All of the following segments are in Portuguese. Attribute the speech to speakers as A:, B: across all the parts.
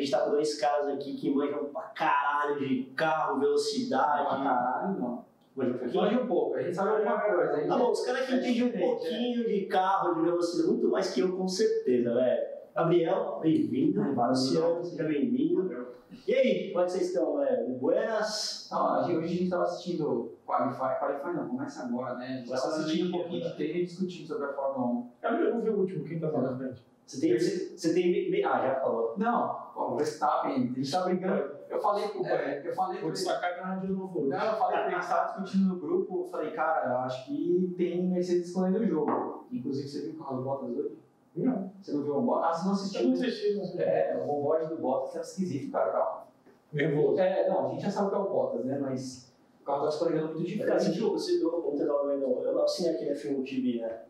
A: um tá dois caras aqui que manjam pra caralho de carro, velocidade.
B: Pra caralho, não.
A: Manjam um pouquinho?
B: Foge um pouco, a gente sabe alguma coisa. A gente
A: Tá bom, os caras que
B: É
A: entendem um
B: diferente,
A: pouquinho de carro, de velocidade, muito mais que eu, com certeza, velho. Gabriel, bem-vindo.
B: Ai, valeu.
A: Luciano, seja bem-vindo. E aí, como é que vocês estão, velho? Buenas?
B: Então, hoje a gente estava assistindo Qualify, Qualify não, começa agora, né? A gente
A: Começa
B: estava assistindo um
A: assistindo,
B: pouquinho
A: né?
B: de TV e discutindo sobre a Fórmula um.
C: Gabriel, vamos ver o último, quem tá lá na frente?
A: Você tem. Você, você tem me- me- ah, já falou.
B: 1. Não, pô, o Verstappen, a gente tá brincando. Eu falei pro é, eu falei pro
C: Vou destacar que a rádio não falou.
B: Não, eu falei pra ele que estava discutindo no grupo, eu falei, cara, eu acho que tem Mercedes escolhendo o jogo. Inclusive, você viu o carro do Bottas hoje?
C: Não.
B: Você não viu o Bottas? Ah, você não
C: Eu não né?
B: assistiu?
C: assisti, não assisti.
B: É, o onboard do Bottas é esquisito, cara, o carro.
C: Nervoso.
B: É, não, a gente já sabe o que é o Bottas, né? Mas o carro tá escolhendo muito
A: Cara, você
B: diferente.
A: viu? Você viu ontem eu tava vendo. Eu assinei aquele filme TV, né?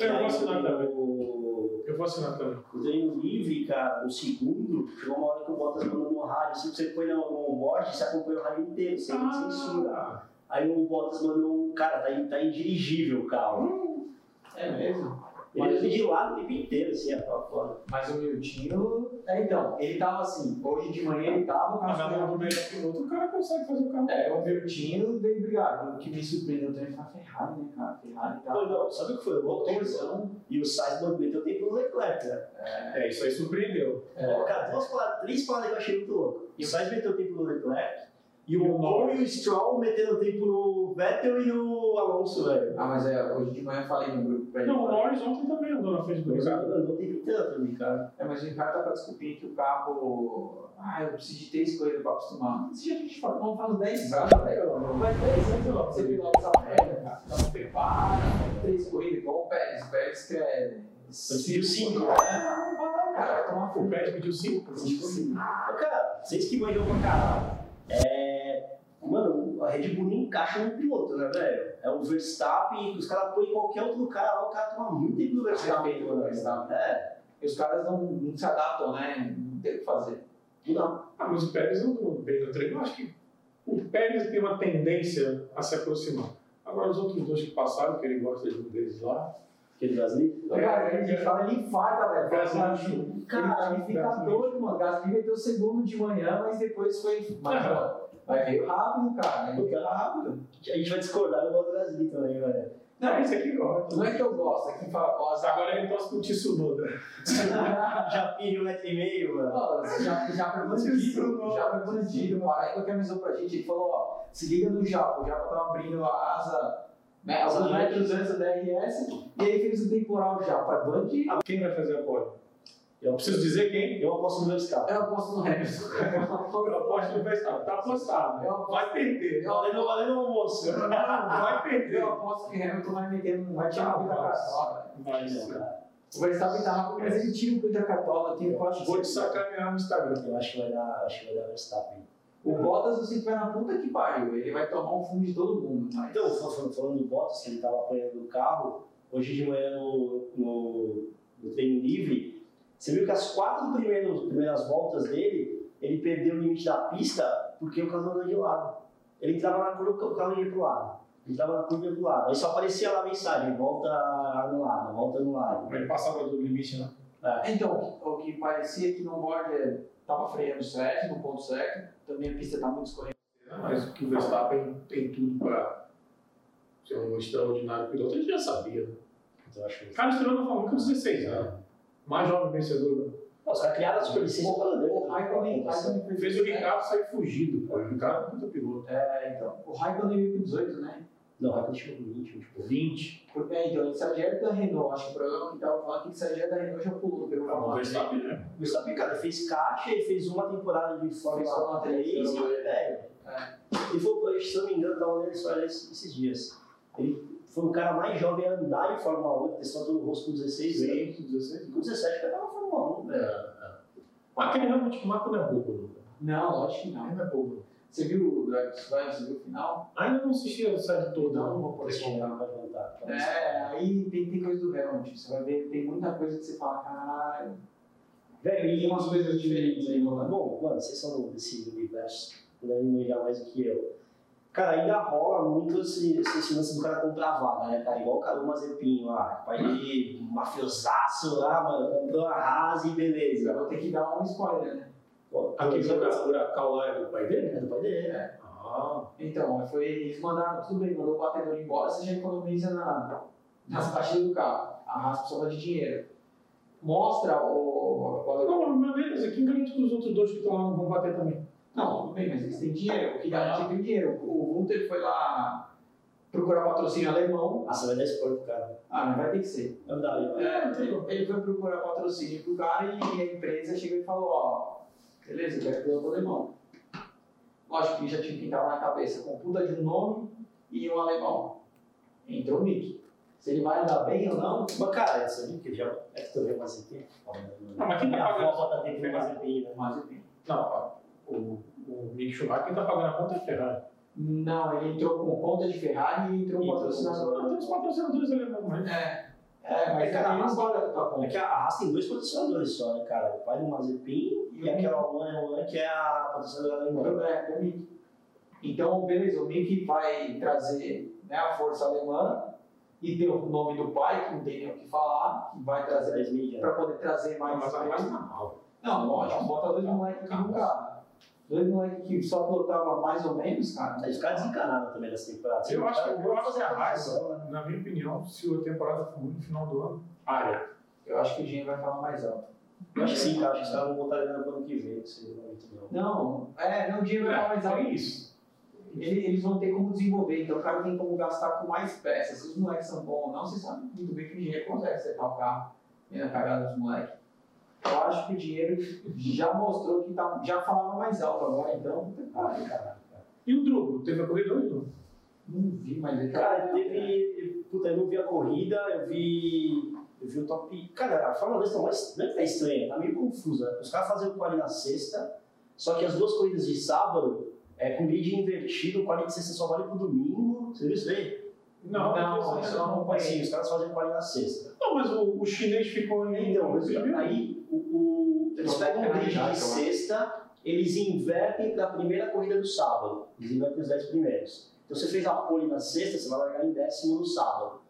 C: É, eu vou assinar também.
A: também.
C: Eu vou assinar também.
A: Eu dei um livre, cara, no segundo, chegou uma hora que o Bottas mandou no rádio, assim, você põe no onboard, você acompanha o rádio inteiro, sem censura.
C: Ah,
A: Aí o Bottas mandou um, cara, tá, in- tá indirigível o carro.
B: É mesmo?
A: Ele veio de lado o tempo inteiro, assim, ó, pra fora.
B: Mas o Miltinho. É, então, ele tava assim, hoje de manhã ele tava, o
C: mas na mão
B: carro
C: do melhor piloto, o cara consegue fazer o carro.
B: É, o Miltinho veio brigar. O que me surpreendeu também foi a Ferrari, né, cara? A Ferrari
A: Pô,
B: tava.
A: não, sabe o que foi? O Bottas
B: Motorzão.
A: e o Sainz mandou meteu tempo no Leclerc, né?
C: É, isso aí surpreendeu.
B: É.
A: Colocar duas palavras, três palavras que eu achei muito louco. E o Sainz meteu tempo no Leclerc, e
C: E
A: o
C: o
A: Ocon e o Stroll metendo tempo no Vettel e no Alonso, velho.
B: Ah, mas é, hoje de manhã eu falei no grupo pra ele.
C: Não, é. o Norris ontem também andou na frente do
A: Mas
C: cara.
A: Não tem tanto, né, cara.
B: É, mas o Ricardo tá com a desculpinha que o carro. Ah, eu preciso de três coisas pra acostumar. Se a gente fala, vamos falar 10 anos, né? Mas 10 anos eu você pilota essa merda, cara. Tá no preparo, três corridas, igual o Pérez. O Pérez quer.
A: pediu cinco,
B: né? Ah, vai, cara, vai tomar
C: O
B: fogo.
C: Pérez pediu 5.
B: Tipo assim,
A: Mas, "Ah, cara, vocês que manjam pra caralho. É. Mano, a Red Bull não encaixa no piloto, né, velho? É o Verstappen, os caras põem qualquer outro cara lá, o cara toma muito tempo no Verstappen,
B: Respeito,
A: mano.
B: Verstappen.
A: É,
B: E os caras não, não se adaptam, né? Não tem o que fazer.
A: não.
C: Ah, mas o Pérez andou bem no treino. Eu acho que o Pérez tem uma tendência a se aproximar. Agora, os outros dois que passaram, que ele gosta de um deles lá.
A: Aquele é brasileiro?
B: Cara, a gente fala, ele infarta, velho.
C: Brasil.
B: Cara, ele fica
C: Brasil.
B: doido, mano. Gasly meteu o segundo de manhã, mas depois foi. Mas, ó, mas veio rápido, cara. Ele veio
A: tá
B: rápido.
A: A gente vai discordar do modo brasileiro também, velho.
C: Não, esse aqui gosta.
B: Não é que eu gosto, é que fala, ó, Zá-
C: Agora ele torce pro Tsunoda.
A: Já pediu um metro e meio, mano.
B: ó, já, já foi bandido, já foi bandido. O Araí que avisou pra gente, ele falou, ó, se liga no Japa, o Japa tava abrindo a asa, né, alguns
A: Asa
B: metros antes da DRS, e aí fez o temporal Japa, É bandido.
C: Quem vai fazer a pole?
A: Eu
C: Eu preciso dizer quem.
A: Eu aposto no Verstappen.
B: Eu aposto no Hamilton.
C: Eu aposto no Verstappen, tá apostado.
B: Eu-
C: Vai perder.
A: Valendo, valendo o almoço.
C: Não, vai
B: Eu
C: perder.
B: aposto que Hamilton vai meter, um- vai tirar um da cartola.
C: Vai ser.
A: Eu
B: O Verstappen tá rápido, mas ele tira o cu da cartola, tem quase.
C: Vou te sacanear no Instagram. tá?
A: acho que vai dar, acho que vai dar Verstappen.
B: O Bottas, eu sei que vai na puta que pariu, ele vai tomar um fumo de todo mundo. Mas...
A: Então, fal- fal- falando do Bottas, que ele tava apanhando o carro, hoje de manhã no, no, no treino livre, você viu que as quatro primeiros, primeiras voltas dele, ele perdeu o limite da pista porque o carro andou de lado. Ele entrava na curva, o carro ia pro lado. Ele entrava na curva e ia pro lado. Aí só aparecia lá a mensagem, volta anulada, volta anulada.
C: Ele passava do limite, né?
B: Então, o que- o que parecia que no board tava freando certo, no ponto certo, também a pista tá muito escorregada.
C: Mas que o Verstappen tem tudo pra ser um extraordinário piloto, a gente já sabia.
A: Então, eu acho que...
C: Cara, estreou na Fórmula 1 com 16 anos. Mais jovem vencedor. né?
A: Não, os caras criaram a superlicença pra andar.
B: O Raikkonen um
C: Ele
B: Raikkonen
C: Fez o Ricardo sair fugido. pô. O Ricardo é um puta piloto.
B: É, então. O Raikkonen veio com 18, né?
A: Não, o Raikkonen tinha 20, tipo,
C: 20.
B: Porque, é, então, ele estagiário da Renault, acho que o programa que tava falando que o estagiário da Renault já pulou pelo
C: O
B: Fórmula
C: Verstappen, né?
A: O Verstappen, cara, fez caixa, ele fez uma temporada de Fórmula
B: Fórmula
A: 3, e,
B: três, né?
A: velho,
B: É.
A: ele foi, se eu não me engano, estava lendo isso esses, esses dias. Ele foi o cara mais jovem a andar em Fórmula 1, testou todo o rosto com 16 anos.
C: 20, 16.
A: E com 17 já tava na Fórmula 1,
B: É.
A: velho.
C: Mas aquele realmente que mata não é bobo.
B: Não, lógico que
C: não.
B: não.
C: Ele Não é bobo.
B: Você viu o Drive to Survive? Você viu o final?
C: Ainda não assisti a série toda.
B: Não, vou
A: Pode chegar, não vai voltar.
B: É, aí tem, tem coisa do Helmut. Você vai ver, tem muita coisa que você fala, caralho.
A: Velho, e
B: Tem umas coisas diferentes aí,
A: Mas,
B: mano.
A: Bom, mano, vocês são desse universo, né? devem manjar é mais do que eu. Cara, ainda rola muito esse, esse esse lance do cara comprar vaga, né, cara? Igual o Calu Mazepin lá, pai de mafiosaço lá, mano, comprou a Haas e
B: Eu
A: beleza.
B: vou ter que dar um spoiler, né?
A: Pô,
C: Aqui
A: dois
C: foi
A: anos.
C: o Huracal lá é do pai dele?
A: É do pai dele, né?
C: Ah,
B: Então, foi, eles mandaram, tudo bem, mandou o batedor embora, você já economiza na, nas caixas do carro. Arrasta só de dinheiro. Mostra o. o valor-
C: não, mas beleza, que garante que os outros dois que estão lá não vão bater também?
B: Não, tudo bem, mas eles têm dinheiro, o que garante tem dinheiro. O Walter foi lá procurar patrocínio alemão,
A: Ah, você vai dar spoiler pro cara.
B: ah, mas vai ter que ser.
A: Não dá, ele vai.
B: É, ele- ele foi procurar patrocínio pro cara e a empresa chegou e falou, ó, beleza, eu quero piloto alemão. Lógico que já tinha que entrar na cabeça com puta de um nome e um alemão. Entrou o Mickey. Se ele vai andar bem ou não,
A: Mas, cara, eu sabia que já é que tu vê uma zepinha? Não,
C: Não, mas quem tá
A: Minha
C: pagando?
A: avó tá tendo uma zepinha, né?
B: mas enfim.
C: Não, o, o Mick Schumacher, quem tá pagando a conta é a Ferrari.
B: Não, ele entrou com conta de Ferrari e entrou com
A: Entrou.
B: patrocinador.
C: Não, Ah, tem os patrocinadores alemães, mas...
B: É. É, mas
A: É, cara,
B: cara,
A: mas-
B: não olha pra
A: É
B: conta.
A: que a a Haas tem dois patrocinadores só, né, cara? O pai do Mazepin e aquela One One que é a patrocinadora alemã.
B: É, o Mickey. Então, beleza, o Mickey vai trazer né, a força alemã e tem o nome do pai, que não tem nem o que falar, que vai
A: As
B: trazer
A: 10 mídias.
B: para poder trazer mais.
C: mas a mais tá mal.
B: Não, lógico, bota dois moleques que nunca. Dois moleques que só pilotava mais ou menos, cara.
A: Eles ficaram desencanados Tá também nessa temporada.
C: Eu acho que eu vou fazer a
A: Haas.
C: raiva, na minha opinião, se a temporada for ruim no final do ano. Área.
B: Eu acho que o Dinho vai falar mais alto.
A: Eu acho que sim, cara. Acho que os caras vão botar ele no ano que vem. não sei, não é muito não.
B: Não, é, não, o Dinho vai falar mais alto.
C: É isso.
B: Ele- eles vão ter como desenvolver, então o cara tem como gastar com mais peças. Se os moleques são bons ou não, vocês sabem muito bem que o dinheiro consegue acertar o carro né, na cagada dos moleques. Eu acho que o dinheiro já mostrou que tá, já falava mais alto agora, então. puta que pariu.
A: Ai, caralho, Ah, cara.
C: E o Drugo? Teve a corrida hoje, não?
B: Não vi mais ele.
A: Cara, teve. Puta, eu não vi a corrida, eu vi. Eu vi o top. Cara, a Fórmula 2 tá mais. Não é que tá estranha, tá meio confusa. Os caras fazem o quali na sexta, só que as duas corridas de sábado é com grid invertido, o quali de sexta só vale pro domingo. Você viu isso aí?
B: Não, isso eu não
A: Assim,
B: acompanhei.
A: os caras fazem o quali na sexta.
C: Não, mas o, o chinês ficou em.
A: Então, mas
C: Você viu?
A: aí o, o- eles
B: Trocou
A: pegam
B: a
A: o grid
B: penalidade,
A: de
B: eu acho.
A: sexta, eles invertem da primeira corrida do sábado. Eles invertem os 10 primeiros. Então você fez a pole na sexta, você vai largar em décimo no sábado.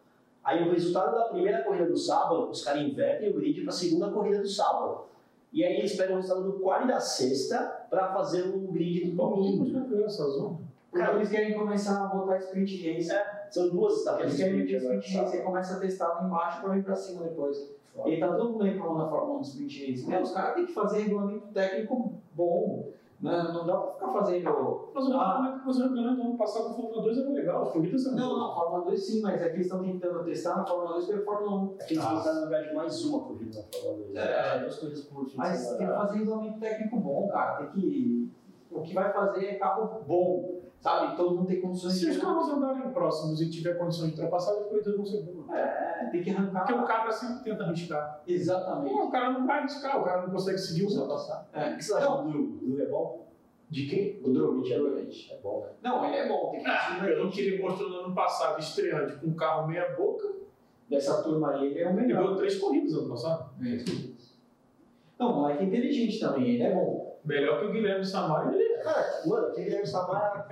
A: Aí o resultado da primeira corrida do sábado, os caras invertem o grid para a segunda corrida do sábado. E aí eles pegam o resultado do quali da sexta para fazer o grid do
C: Bom,
A: domingo.
C: já viu essa zona?
B: Porque eles querem começar a botar sprint race.
A: São duas etapas
B: Eles
A: de
B: querem
A: sprint
B: meter
A: agora.
B: sprint race,
A: sabe?
B: aí começa a testar lá embaixo pra vir pra cima depois. E tá todo mundo reclamando da Fórmula 1 dos sprint race. Né? Os caras têm que fazer regulamento técnico bom. né? Não dá pra ficar fazendo.
C: Mas o campeonato que você ganhou do um ano passado no Fórmula 2 era legal, as corridas eram
B: Não,
C: boas.
B: não, Fórmula 2 sim, mas é que eles estão tentando testar na Fórmula 2 pela Fórmula 1.
A: É que eles
C: Ah.
A: colocaram no lugar de mais uma corrida na Fórmula 2.
B: É.
A: Duas corridas por fim de
B: Mas
A: semana.
B: tem que fazer regulamento técnico bom, cara. Tem que. O que vai fazer é carro bom, sabe? Todo mundo tem condições
C: Se os
B: de.
C: carros andarem próximos e tiver condições de ultrapassar, as corridas vão ser boas.
B: É, tem que
C: Porque o
B: arrancar.
C: cara sempre tenta arriscar.
B: Exatamente.
C: Não, o cara não vai arriscar, o cara não consegue seguir os outros.
B: É.
A: O que você acha do Drugo? O Drugo é bom?
C: De quem?
A: O Drugo é bom.
B: Drogovic.
A: É bom, né?
B: Não, ele é bom, tem que
C: Ah, pelo que ele mostrou no ano passado, estreante, com um carro meia boca,
B: Dessa turma aí, ele é o
C: ele
B: melhor.
C: ganhou três corridas ano passado.
B: É Não, o moleque é inteligente também, ele é bom.
C: Melhor que o Guilherme Samara, ele tá.
A: Cara, mano, aquele Guilherme Samara.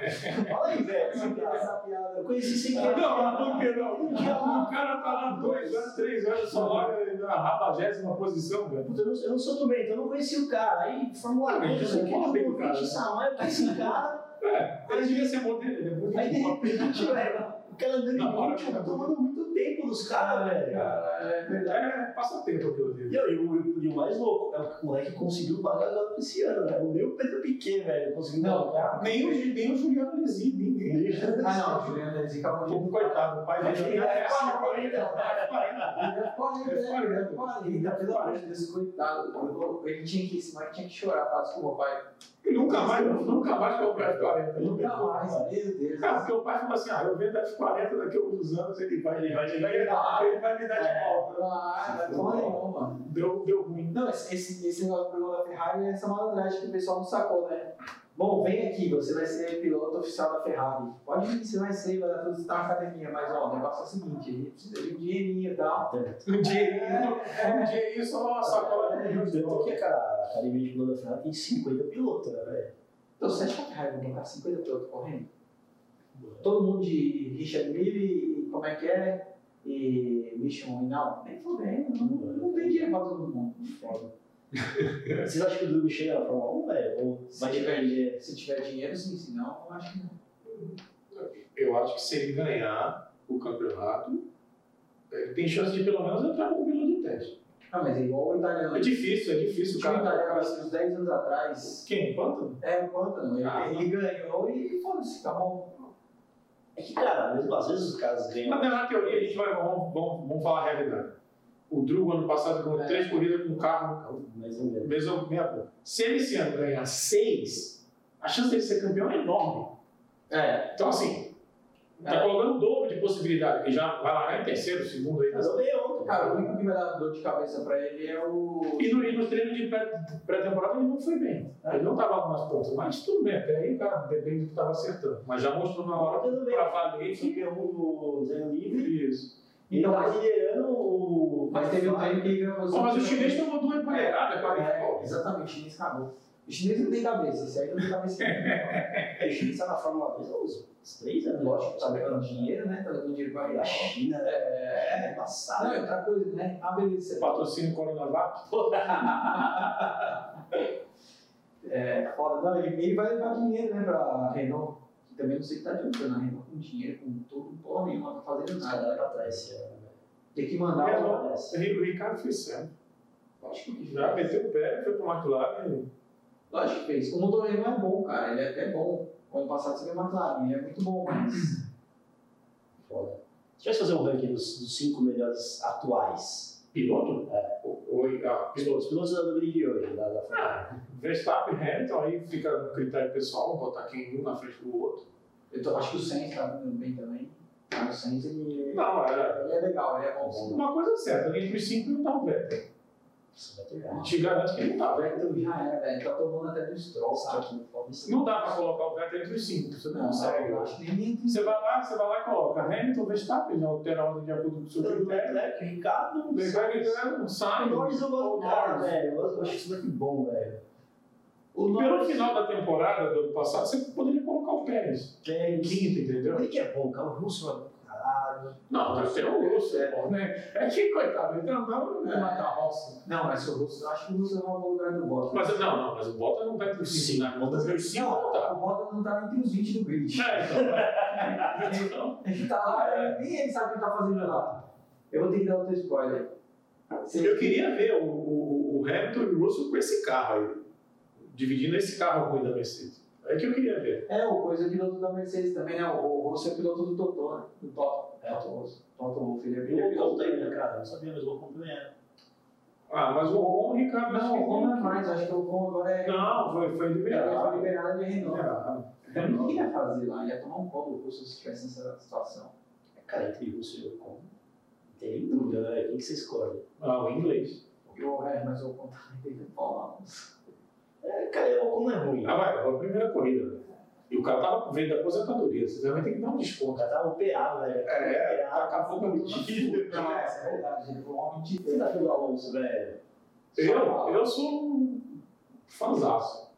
A: Fala aí, velho. essa piada.
B: piada.
A: Eu conheci sem querer.
C: Não, não, não. O cara tá lá dois anos, três anos, só olha na rabagésima posição, velho.
A: Puta, eu não, eu não sou do meio, então eu não conheci o cara. Aí, Fórmula
C: Ah,
A: 1,
C: mas
A: eu
C: você
A: sei que
C: fala bem do cara,
A: Guilherme
C: né?
A: Samara, eu conheci o cara.
C: É, ele devia ser modelo, ele é muito
A: Aí, de
C: bom.
A: repente, velho, é, o cara andando
C: Na
A: em
C: hora,
A: último,
C: cara.
A: tomando muito tempo dos caras, velho.
B: Cara, é verdade.
C: É, passa tempo aquilo dele.
A: E, eu, e o- e o mais louco é o que o moleque conseguiu pagar agora esse ano, velho. Nem o Pedro Piquet, velho, conseguiu
B: Não,
A: pagar.
C: Nem o, Ju- nem o Juliano Lizzi, ninguém.
B: Ah, não, o Juliano Lenzi acabou de.
C: Pô, tá Coitado, o pai dele.
A: Ele é
C: assim,
A: quarenta.
B: Eu falei,
C: Eu falei,
B: velho,
C: eu
B: falei. Ainda tá pelo amor de Deus, coitado. Ele tinha que, esse moleque tinha que chorar, fala, desculpa, pai.
C: Ele nunca mais, nunca um mais comprou as 40.
B: Nunca mais, meu Deus.
C: Cara, porque o pai falou assim: ah, eu vendo as 40 daqui a alguns anos, ele vai, ele vai, É. ele vai, ele vai, me dar de volta.
B: Ah, não é nenhuma.
C: Deu, deu ruim.
B: Não, esse, esse, esse negócio do programa da Ferrari é essa malandragem que o pessoal não sacou, né? Bom, vem aqui, você vai ser piloto oficial da Ferrari. Pode vir, você vai ser, vai dar tudo, você tá na academia, mas ó, o negócio é o seguinte, a gente precisa de um dinheirinho e tal.
C: Um dinheirinho, um dinheirinho só uma sacola de né? juros de
A: Tanto
C: volta.
A: que cara, a academia de piloto da Ferrari tem 50 pilotos, né, velho?
B: Então, você acha que a Ferrari vai botar 50 pilotos correndo? Todo mundo de Richard Mille, e como é que é? E Mission Rinal? Nem fudendo, não, não tem dinheiro pra todo mundo.
A: Foda. Vocês acham que o Drugo chega na Fórmula 1, velho? Ou
B: Se
A: vai
B: tiver-
A: chegar em
B: É, Se tiver dinheiro, sim, se não, eu acho que não.
C: Eu acho que se ele ganhar o campeonato, ele tem chance de pelo menos entrar como piloto de teste.
B: Ah, mas é igual o italiano.
C: É difícil, é difícil.
B: O
C: O
B: time italiano,
C: cara.
B: acho que uns 10 anos atrás,
C: Quem? Quanto?
B: é quanto não. Ele,
C: Ah.
B: ele ganhou e foda-se, tá acabou.
A: É que, cara, mesmo às vezes os caras
C: Mas
A: ganham.
C: né, na teoria a gente vai. Vamos, vamos, vamos falar a realidade. O Drugo, ano passado, ganhou
B: É.
C: três corridas com o carro
A: Mais ou menos.
C: mesmo mesmo. Se ele esse ano ganhar seis, a chance dele ser campeão é enorme.
B: É,
C: Então, assim, tá
B: É.
C: colocando o dobro de possibilidade. Ele já vai largar em terceiro, segundo aí.
A: Mas eu ganhei ontem.
B: cara, o único que vai dar dor de cabeça pra ele é o.
C: E no, e no treino de pré- pré-temporada ele não foi bem. Ele não estava nas pontas, mas tudo bem. Até aí, cara, depende do que estava acertando. Mas já mostrou na hora
A: Tudo bem.
C: para valer que
A: Campeão do desenho livre.
C: isso.
A: Ele
B: é um Então,
A: tá
B: mas-
A: liderando o.
B: Mas teve um treino que ele ganhou.
C: Bom, mas o chinês tomou duas empaneradas,
B: É,
C: quase.
B: exatamente, o chinês cagou. O chinês não tem cabeça, esse aí não tem cabeça.
A: A China está na Fórmula 2 há uns uns três né? anos.
B: Lógico, tá levando dinheiro, né? Tá levando dinheiro pra
A: A
B: virar.
A: China, né?
B: É.
A: É passado.
B: Não, e outra coisa, né? Ah, beleza.
C: Patrocínio Coronavac.
B: É foda, não, ele, ele vai levar dinheiro, né, pra Renault. Que também não sei o que tá adiantando. A Renault com dinheiro, com todo, porra nenhuma, não tá fazendo
A: Os
B: nada.
A: caras pra trás esse ano, velho.
B: Tem que mandar
C: É,
B: uma-
C: não. O Ricardo fez certo. Acho que já meteu o pé, foi pro McLaren.
B: Lógico que fez. O motor dele não é bom, cara. Ele é até bom. O ano passado você vê McLaren, ele é muito bom, mas.
A: é Foda. Se tivesse que fazer um ranking dos, dos cinco melhores atuais
C: Piloto?
B: É.
C: Oi, ah, piloto.
A: pilotos, pilotos da grid de hoje, da, da Fórmula
C: Ah, Verstappen, Hamilton, aí fica no critério pessoal, botar quem um na frente do outro.
B: Eu tô- acho que o Sainz tá indo bem também. Mas o Sainz, ele.
C: Não, é.
B: Ele é legal, ele é bom. sim.
C: Uma coisa é certa, entre os cinco não tá o
A: 1.
C: Vettel.
A: Isso vai ter graça.
C: Te garanto que não tá,
B: O
C: velho.
B: Vettel já era, velho. Tá tomando até do Stroll,
A: Nossa,
B: sabe?
A: aqui no Paulista.
C: Não dá pra colocar o Vettel entre os cinco, você não, né?
B: Não,
C: consegue.
B: eu acho que nem nem-
C: Você vai lá, você vai lá e coloca Hamilton, Verstappen, já altera a ordem de acordo com o seu
A: Tanto o
C: critério.
A: Leclerc, o Ricardo, o
C: Leclerc,
A: Sainz.
C: né, não
A: O
C: sai.
A: Norris eu gosto do
C: O
A: cara,
C: Norris.
A: Ah, velho. Eu acho isso muito bom, velho.
B: O
C: Pelo
B: Norris-
C: final da temporada do ano passado, você poderia colocar o Pérez.
A: Tem
C: Quinto, entendeu?
A: Ele é que é bom, cara. O Russo é bom pra caralho.
C: Não, tá sendo o Russo, né? É que, coitado, ele tá andando
B: É.
C: na carroça.
B: Não, mas o Russo, eu acho que o Russo é um bom lugar do Bottas.
C: Mas não, não, mas o Bottas não tá entre os
A: Sim,
C: cinco, né? O Bottas
A: Bottas
C: entre os cinco
B: não,
C: não tá.
B: o Bottas não tá entre os 20 do grid.
C: É, então, vai.
B: Ele tá lá, ele- nem ele sabe o que tá fazendo lá. Eu vou ter que dar outro spoiler. Você-
C: Eu queria ver o, o, o Hamilton e o Russell com esse carro aí, dividindo esse carro ruim da Mercedes. É que eu queria ver.
B: É, o coisa é piloto da Mercedes também, né? O Russo é piloto do Totó, né? Do Toto. Toto Russo. Toto Wolff, ele é
A: Eu
B: piloto.
A: vou também, né, cara? Não sabia, mas eu vou acompanhar.
C: Ah, mas o Ocon, o Ricardo, acho
B: Não,
C: que-
B: o Roma é mais, acho que o Roma agora é.
C: Não, foi, foi
B: Ele foi
C: liberado.
B: liberado de
C: É.
B: Renault.
C: Liberado.
B: Então, o que ele ia fazer lá? Ele ia tomar um combo o Russo se estivesse nessa situação.
A: É, Cara, entre Russo e Ocon, não tem nem dúvida, né? velho? Quem que você escolhe?
C: Ah, o inglês.
B: Porque o é, mas o Conta teve pau lá.
A: É, cara, o Ocon não é ruim.
C: Ah, vai, foi a primeira corrida. né? E o cara tava vendo a aposentadoria, você também tem que dar um
A: O
C: desconto.
A: cara tava tá operado, velho.
C: É,
A: Operado.
C: acabou com o dia.
B: Não, essa é verdade. Ele foi um homem de
A: Você tá vendo o Alonso, velho?
C: Eu, eu sou um fãzaço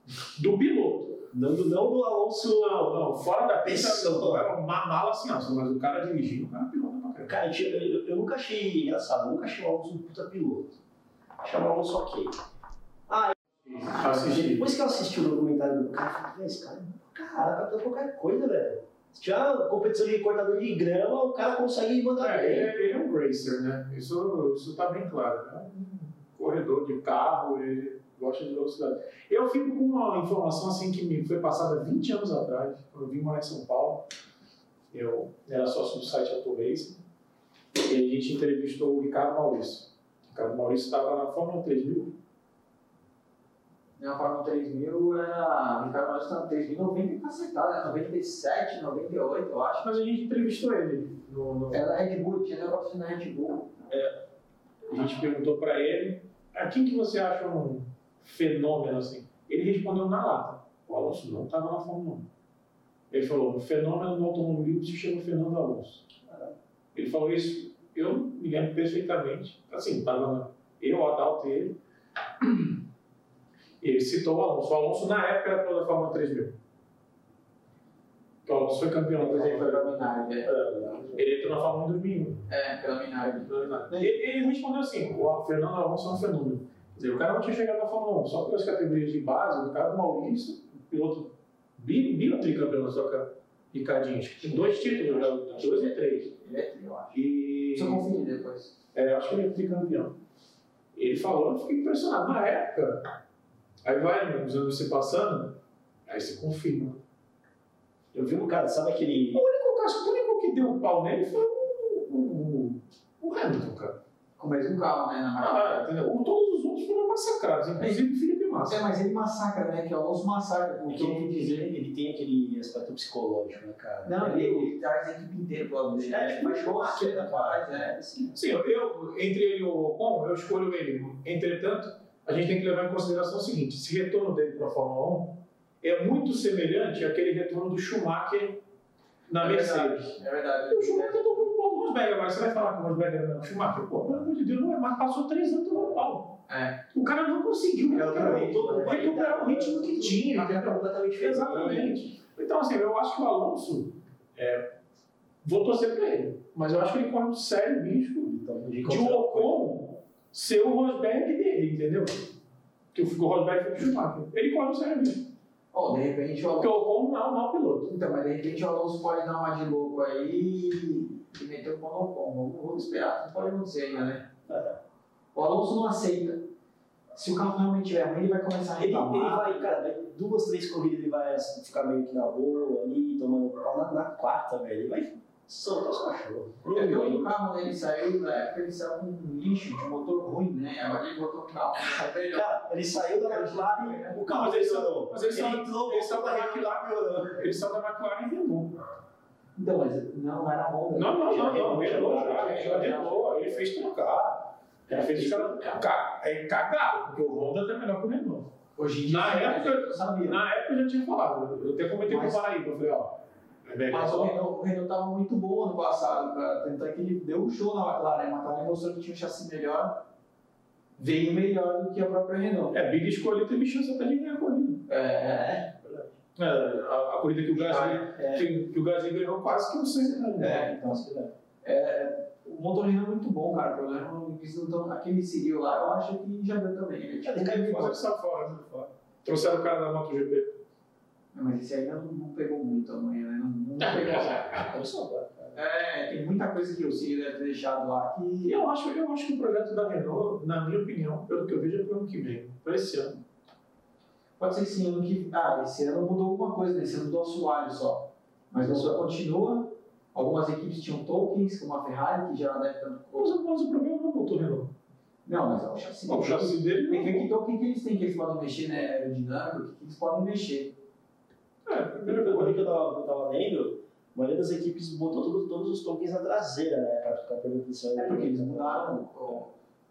C: do piloto.
A: Não, do- não do Alonso,
C: Não, não, fora da pista,
A: Pessoa.
C: era uma mala assim, ó, mas o cara dirigindo, o cara pilota pra caramba.
A: Cara, eu, tinha- eu- eu nunca achei engraçado, eu nunca achei o Alonso um puta piloto. Achava o Alonso ok.
C: Assisti.
A: Depois que eu assisti o documentário do cara, eu falei, "Véi, esse cara é um cara, cara pra qualquer coisa, velho. Se tiver uma competição de cortador de grama, o cara consegue mandar
C: É, ele,
A: bem.
C: é- ele é um racer, né? Isso, isso tá bem claro. né? Um corredor de carro, ele gosta de velocidade. Eu fico com uma informação assim que me foi passada 20 anos atrás, quando eu vim morar em São Paulo. Eu era sócio do site Autorace e a gente entrevistou o Ricardo Maurício. O Ricardo Maurício estava na Fórmula 3000.
B: Na Fórmula 3000 era. é Ricardo Maurício tá no 3090 e cacetada, né? 97, 98, eu acho.
C: Mas a gente entrevistou ele. No, no-
B: Era da Red Bull, tinha negócio na Red Bull.
C: A gente perguntou para ele, a quem que você acha um fenômeno assim? Ele respondeu na lata. O Alonso não estava na Fórmula 1. Ele falou, o fenômeno no automobilismo se chama Fernando Alonso. Ele falou isso, eu me lembro perfeitamente. Assim, estava eu, Adalto e ele. E ele citou o Alonso. O Alonso na época era pela Fórmula 3000. Então, o Alonso foi campeão, por
B: Foi
C: exemplo.
B: pela Minardi, é.
C: Ele entrou na Fórmula 1 em 2001.
B: É, pela Minardi.
C: Ele, ele respondeu assim: o Fernando Alonso é um fenômeno. Quer dizer, o cara não tinha chegado na Fórmula 1, só pelas categorias de base, o cara do Maurício, piloto bi- bi- ou tricampeão só que Ricardinho, tem dois títulos, né? dois e três.
B: Ele é tri, eu acho.
C: E.
B: Só conferir depois.
C: É, acho que ele é tricampeão. Ele falou, eu fiquei impressionado. Na época, aí vai, os anos se passando, aí se confirma.
A: Eu vi um cara, sabe aquele.
C: O único, acho que o único que deu um pau nele foi o, o, o Hamilton, cara.
B: Com o mesmo carro, né? Na
C: Ah, entendeu? O- Todos os outros foram massacrados, inclusive o Felipe Massa.
B: É, mas ele massacra, né? Que o Alonso massacra.
A: É
B: Porque
A: que
B: eu ouvi
A: ele,
B: dizer.
A: ele tem aquele aspecto psicológico, né, cara?
B: Não, ele, ele traz a equipe inteira pro lado dele.
A: É,
B: né?
A: tipo,
B: Mas
A: chama a
B: você
A: cena,
B: faz,
A: é
B: né?
A: assim.
C: Sim, eu- eu, entre ele e o Ocon, eu escolho ele. Entretanto, a gente tem que levar em consideração o seguinte: esse retorno dele para a Fórmula 1 é muito semelhante àquele retorno do Schumacher na
B: É
C: Mercedes.
B: verdade, É verdade.
C: O Schumacher tomou um pau do Rosberg. Agora você vai falar que o Rosberg era o Schumacher? Pô, pelo amor de Deus, não é, mas passou três anos tomando pau.
B: É.
C: O cara não conseguiu
B: É outro
C: recuperar,
B: ritmo,
A: tá
B: né?
C: recuperar o ritmo que tinha.
A: Uma cara
C: entendeu?
A: completamente diferente.
C: Exatamente. Então, assim, eu acho que o Alonso é, vou torcer pra ele, mas eu acho que ele corre um sério risco
A: Então, de
C: de o Ocon ser o Rosberg dele, entendeu? Que o o Rosberg foi pro Schumacher. Ele corre um sério risco.
B: Ó, de repente o
C: Porque
B: Alonso.
C: o Ocon não é um mau piloto.
B: Então, mas de repente o Alonso pode dar uma de louco aí e meter o pau no combo. Vamos, vamos esperar, não pode acontecer ainda, né? O Alonso não aceita. Se o carro realmente tiver ruim, ele vai começar a
A: Ele, ele
B: reclamar.
A: vai, cara, vai duas, três corridas, ele vai assim, ficar meio que na boa ali, tomando pau na, na quarta, velho. Ele vai soltar os cachorros.
B: É que o carro dele saiu, na época ele saiu com um lixo de motor ruim, né? Agora ele botou um carro Então, que tá melhor.
A: Cara, ele saiu da McLaren, o carro
C: Mas ele só-
A: melhorou.
C: mas ele só-
A: entrou,
C: ele só
A: voltou pra
C: vai-
A: McLaren melhorou.
C: Ele saiu da McLaren e Renault.
B: Então, mas não era né? Honda.
C: Não, não, não, não. é Renault já,
B: Já, já,
C: já Renault. Ele fez trocar. Ele fez os caras. ca- É cagado, porque o Honda tá melhor que o Renault.
B: Hoje em dia,
C: Na época-
B: eu sabia. né?
C: Na época eu já tinha falado, eu até comentei
B: Mas-
C: com o Paraíba, eu falei, ó, é melhor.
B: Mas o Renault, o Renault tava muito bom ano passado, cara. Tanto é que ele deu um show na McLaren. A McLaren mostrou que tinha um chassi melhor, veio melhor do que a própria Renault.
C: É, Big escolheu teve chance até de ganhar a corrida.
B: É,
C: É, a, a corrida que o Gasly,
A: É,
C: que, que o Gasly ganhou quase que o Sainz né? ganhou.
B: Ah, é,
A: então,
B: então.
A: se quiser.
B: É, o motor Renault é muito bom, cara. O problema é que eles não tão- aquele Ciril lá, eu acho que já deu também. Ele já
A: Ele caiu
C: Mas
A: fora.
C: ele saiu fora, saiu fora. Trouxeram o cara da MotoGP.
B: Não, mas esse ainda não, não pegou muito amanhã, né? Não, não pegou.
A: Começou agora, cara.
B: é, tem muita coisa que o Ciro deve ter deixado lá
C: E
B: que.
C: eu acho, eu acho que o projeto da Renault, na minha opinião, pelo que eu vejo, é pro ano que vem, para esse ano.
B: Pode ser que esse ano que. Ah, esse ano mudou alguma coisa, né? Esse ano mudou assoalho só. Mas o assoalho continua. Algumas equipes tinham tokens, como a Ferrari, que já deve tanto
C: Mas,
B: coisa.
C: o- mas o problema não é o motor Renault.
B: Não, mas é um chassi.
C: O chassi dele
B: Tem que ver
C: não.
B: que token que eles têm, que eles podem mexer, né? Aerodinâmica, o que que eles podem mexer.
C: É, a
A: Primeira
C: primeira
A: coisa
C: coisa.
A: que eu tava, eu tava lendo, a maioria das equipes botou tudo- todos os tokens na traseira, né? Pra ficar pegando atenção.
B: É porque eles mudaram o,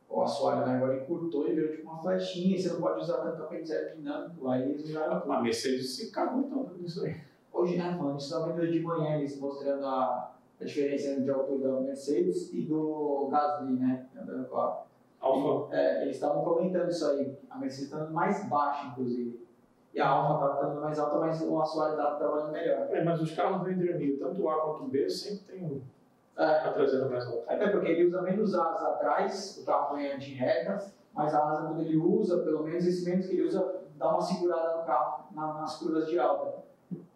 B: o assoalho, né? Agora encurtou e virou tipo uma flechinha, e você não pode usar tanto token aerodinâmico. Aí eles mudaram tudo.
C: A Mercedes se cagou tanto nisso aí.
B: Hoje, né, falando isso na venda de manhã, eles mostrando a, a diferença de altura da Mercedes e do Gasly, né? andando com a-
C: Alfa.
B: É, eles estavam comentando isso aí. A Mercedes está andando mais baixa, inclusive. E a Alfa está andando mais alta, mas o assoalho está tá trabalhando melhor.
C: É, mas os carros do Adrianil, tanto o A quanto o B, sempre tem um
B: É,
C: a traseira mais alta.
B: até porque ele usa menos asas atrás, o carro ganha de reta, mas a asa quando ele usa, pelo menos esse menos que ele usa, dá uma segurada no carro na- nas curvas de alta.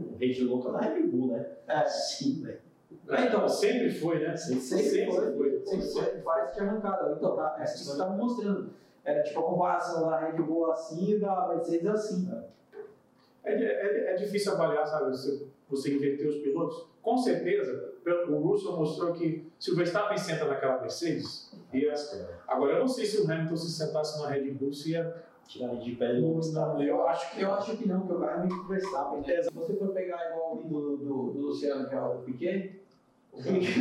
A: O rede louca da Red Bull, né?
B: É,
A: Sim, né? velho.
B: É, então.
C: Ah, sempre foi, né?
A: Sempre
B: foi.
C: foi.
B: Sim, sim, parece que é arrancada. Então, tá, é isso que você tá me mostrando. Era tipo a comparação da Red Bull assim e da Mercedes assim.
C: É, é- é difícil avaliar, sabe, se você inverter os pilotos. Com certeza, o Russell mostrou que se o Verstappen senta naquela Mercedes, e as- agora eu não sei se o Hamilton se sentasse na Red Bull, se ia...
A: Tirar ele de pé e não gostar.
C: eu acho
B: Eu acho que não, que o carro é muito Verstappen, né? Se você for pegar igual o do, do, do Luciano, que é o Piquet, o Piquet-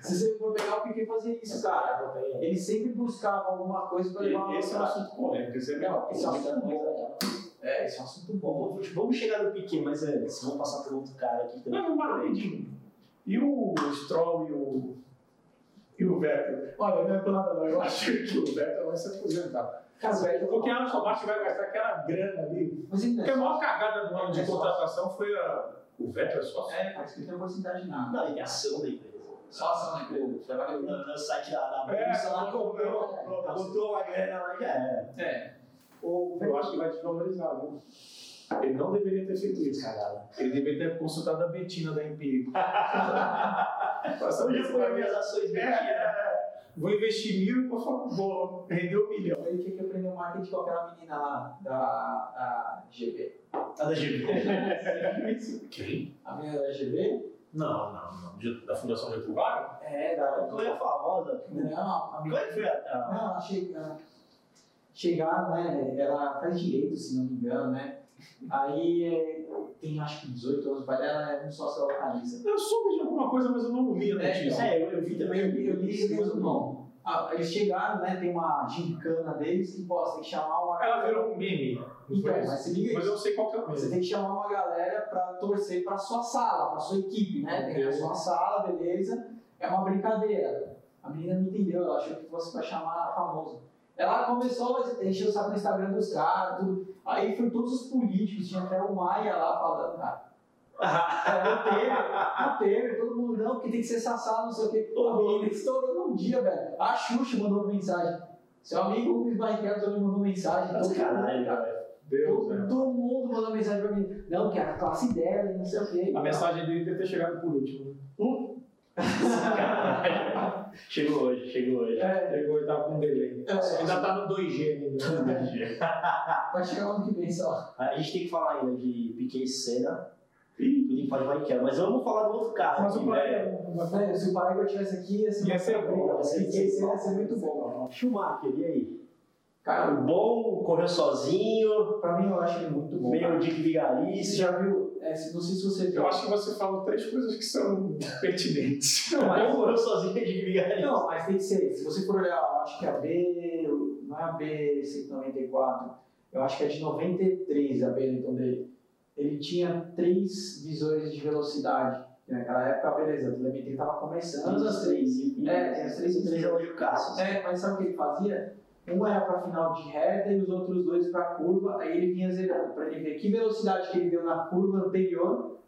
B: se você for pegar o Piquet fazia isso, cara. Ele sempre buscava alguma coisa para levar
C: E- Esse é um
B: pra-
C: assunto polêmico, esse é
B: Não, esse é um assunto
C: polêmico.
B: bom. É, esse é um assunto bom.
A: Bom, vamos- vamos chegar no Piquet, mas antes, vamos passar por outro cara aqui também.
C: Não, eu parei de... E o Stroll e o... E o Vettel?
B: Olha, não é por nada, não. Eu
C: Eu
B: acho
C: acho que o Vettel vai se aposentar.
B: que as velhas.
C: Porque a Aston Martin vai gastar aquela grana ali.
B: Mas ele não
C: Porque a
B: é.
C: maior cagada do ano de contratação foi a... o Vettel só.
B: É, parece que não tem oportunidade de nada.
A: Não, ele é ação da empresa.
B: Só ação, né? Globo. Você vai
A: no,
B: ver.
A: no site da, da
C: É,
A: bolsa lá,
C: comprou,
A: um comprou, botou uma grana lá e já era.
B: É.
A: Ou
C: Eu acho que vai desvalorizar, viu? Ele não deveria ter feito isso.
A: Caralho.
C: Ele deveria ter consultado a Betina da Empírico. Passou
A: Hoje foi minhas ações
C: É,
A: mentiras.
C: é. Vou investir mil, por favor. Rendeu um milhão.
B: Então ele tinha que aprender o marketing com aquela menina lá da, da GB.
A: A da GV.
D: Quem?
B: A menina da GB?
D: Não, não, não. De- Da Fundação Getúlio Vargas?
B: É, da.
A: Qual é a famosa?
B: Não, a
A: Qual é que foi a. a-
B: Não, ela chega, chegaram, né? Ela faz direito, se não me engano, né? Aí é, tem acho que 18 anos, o pai dela é um sócio da localiza.
C: Eu soube de alguma coisa, mas eu não li a
B: É,
C: notícia.
A: É, eu, eu vi também.
B: Eu li, eu li
A: Sim,
B: mas eu não. Ah, eles chegaram, né? Tem uma gincana deles que possa tem que chamar uma.
C: Ela virou um meme. não foi
B: Então,
C: isso?
B: mas se liga
C: Mas eu
B: isso.
C: não sei qual que é o
B: Você
C: meme.
B: tem que chamar uma galera pra torcer pra sua sala, pra sua equipe, né? Tem a sua sala, beleza. É uma brincadeira. A menina não entendeu, ela achou que fosse pra chamar famoso. Ela começou a encher o saco no Instagram dos caras, tudo. Aí foi todos os políticos, tinha até o Maia lá falando, "Ah, é cara. Não teve, não teve, todo mundo não, porque tem que ser essa sala, não sei o quê. A menina estourou num dia, velho. A Xuxa mandou uma mensagem. Seu amigo Rubens Barrichello também mandou mensagem. Então,
A: Mas
B: todo mundo,
A: Tá caralho,
B: cara.
A: cara.
C: Deus, né?
B: Todo mundo mandou mensagem pra mim. Não, que era a classe dela e não sei o quê.
C: A mensagem dele deve ter chegado por último.
A: Caralho. Chegou hoje, chegou hoje.
B: Ah, É,
C: Chegou e tava com delay.
B: é,
C: Ainda tá no 2G ainda.
B: vai chegar ano que vem só.
A: A gente tem que falar ainda de Piquet e Senna. E tem que falar de Mariquela. Mas vamos falar do outro cara.
C: Mas
A: aqui, né?
C: o
A: velho.
C: problema
B: Velho, se o Paraguai tivesse aqui, ia ser,
C: Ia ser bom,
B: bom.
A: ia ser-
B: ia ser muito bom.
A: Schumacher, e aí?
B: Cara,
A: Bom, correu sozinho,
B: pra mim eu acho ele muito bom.
A: meio
B: cara.
A: Dick
B: E Você
A: Vigarista.
B: já viu? é, se- não sei se você viu.
C: Eu acho que você falou três coisas que são pertinentes.
A: Não, mas correu sozinho é Dick Vigarista.
B: Não, mas tem que ser. Se você for olhar, eu acho que é a B. Não é a B194. Eu acho que é de 93 a Benetton dele. Ele tinha três visores de velocidade. que Naquela época, beleza, o Lementin tava começando.
A: Anos as três. e-
B: É, tem as três e três.
A: é hoje o Cássio.
B: É, mas sabe o que ele fazia? Um era para final de reta e os outros dois para curva, aí ele vinha zerando, para ele ver que velocidade que ele deu na curva anterior,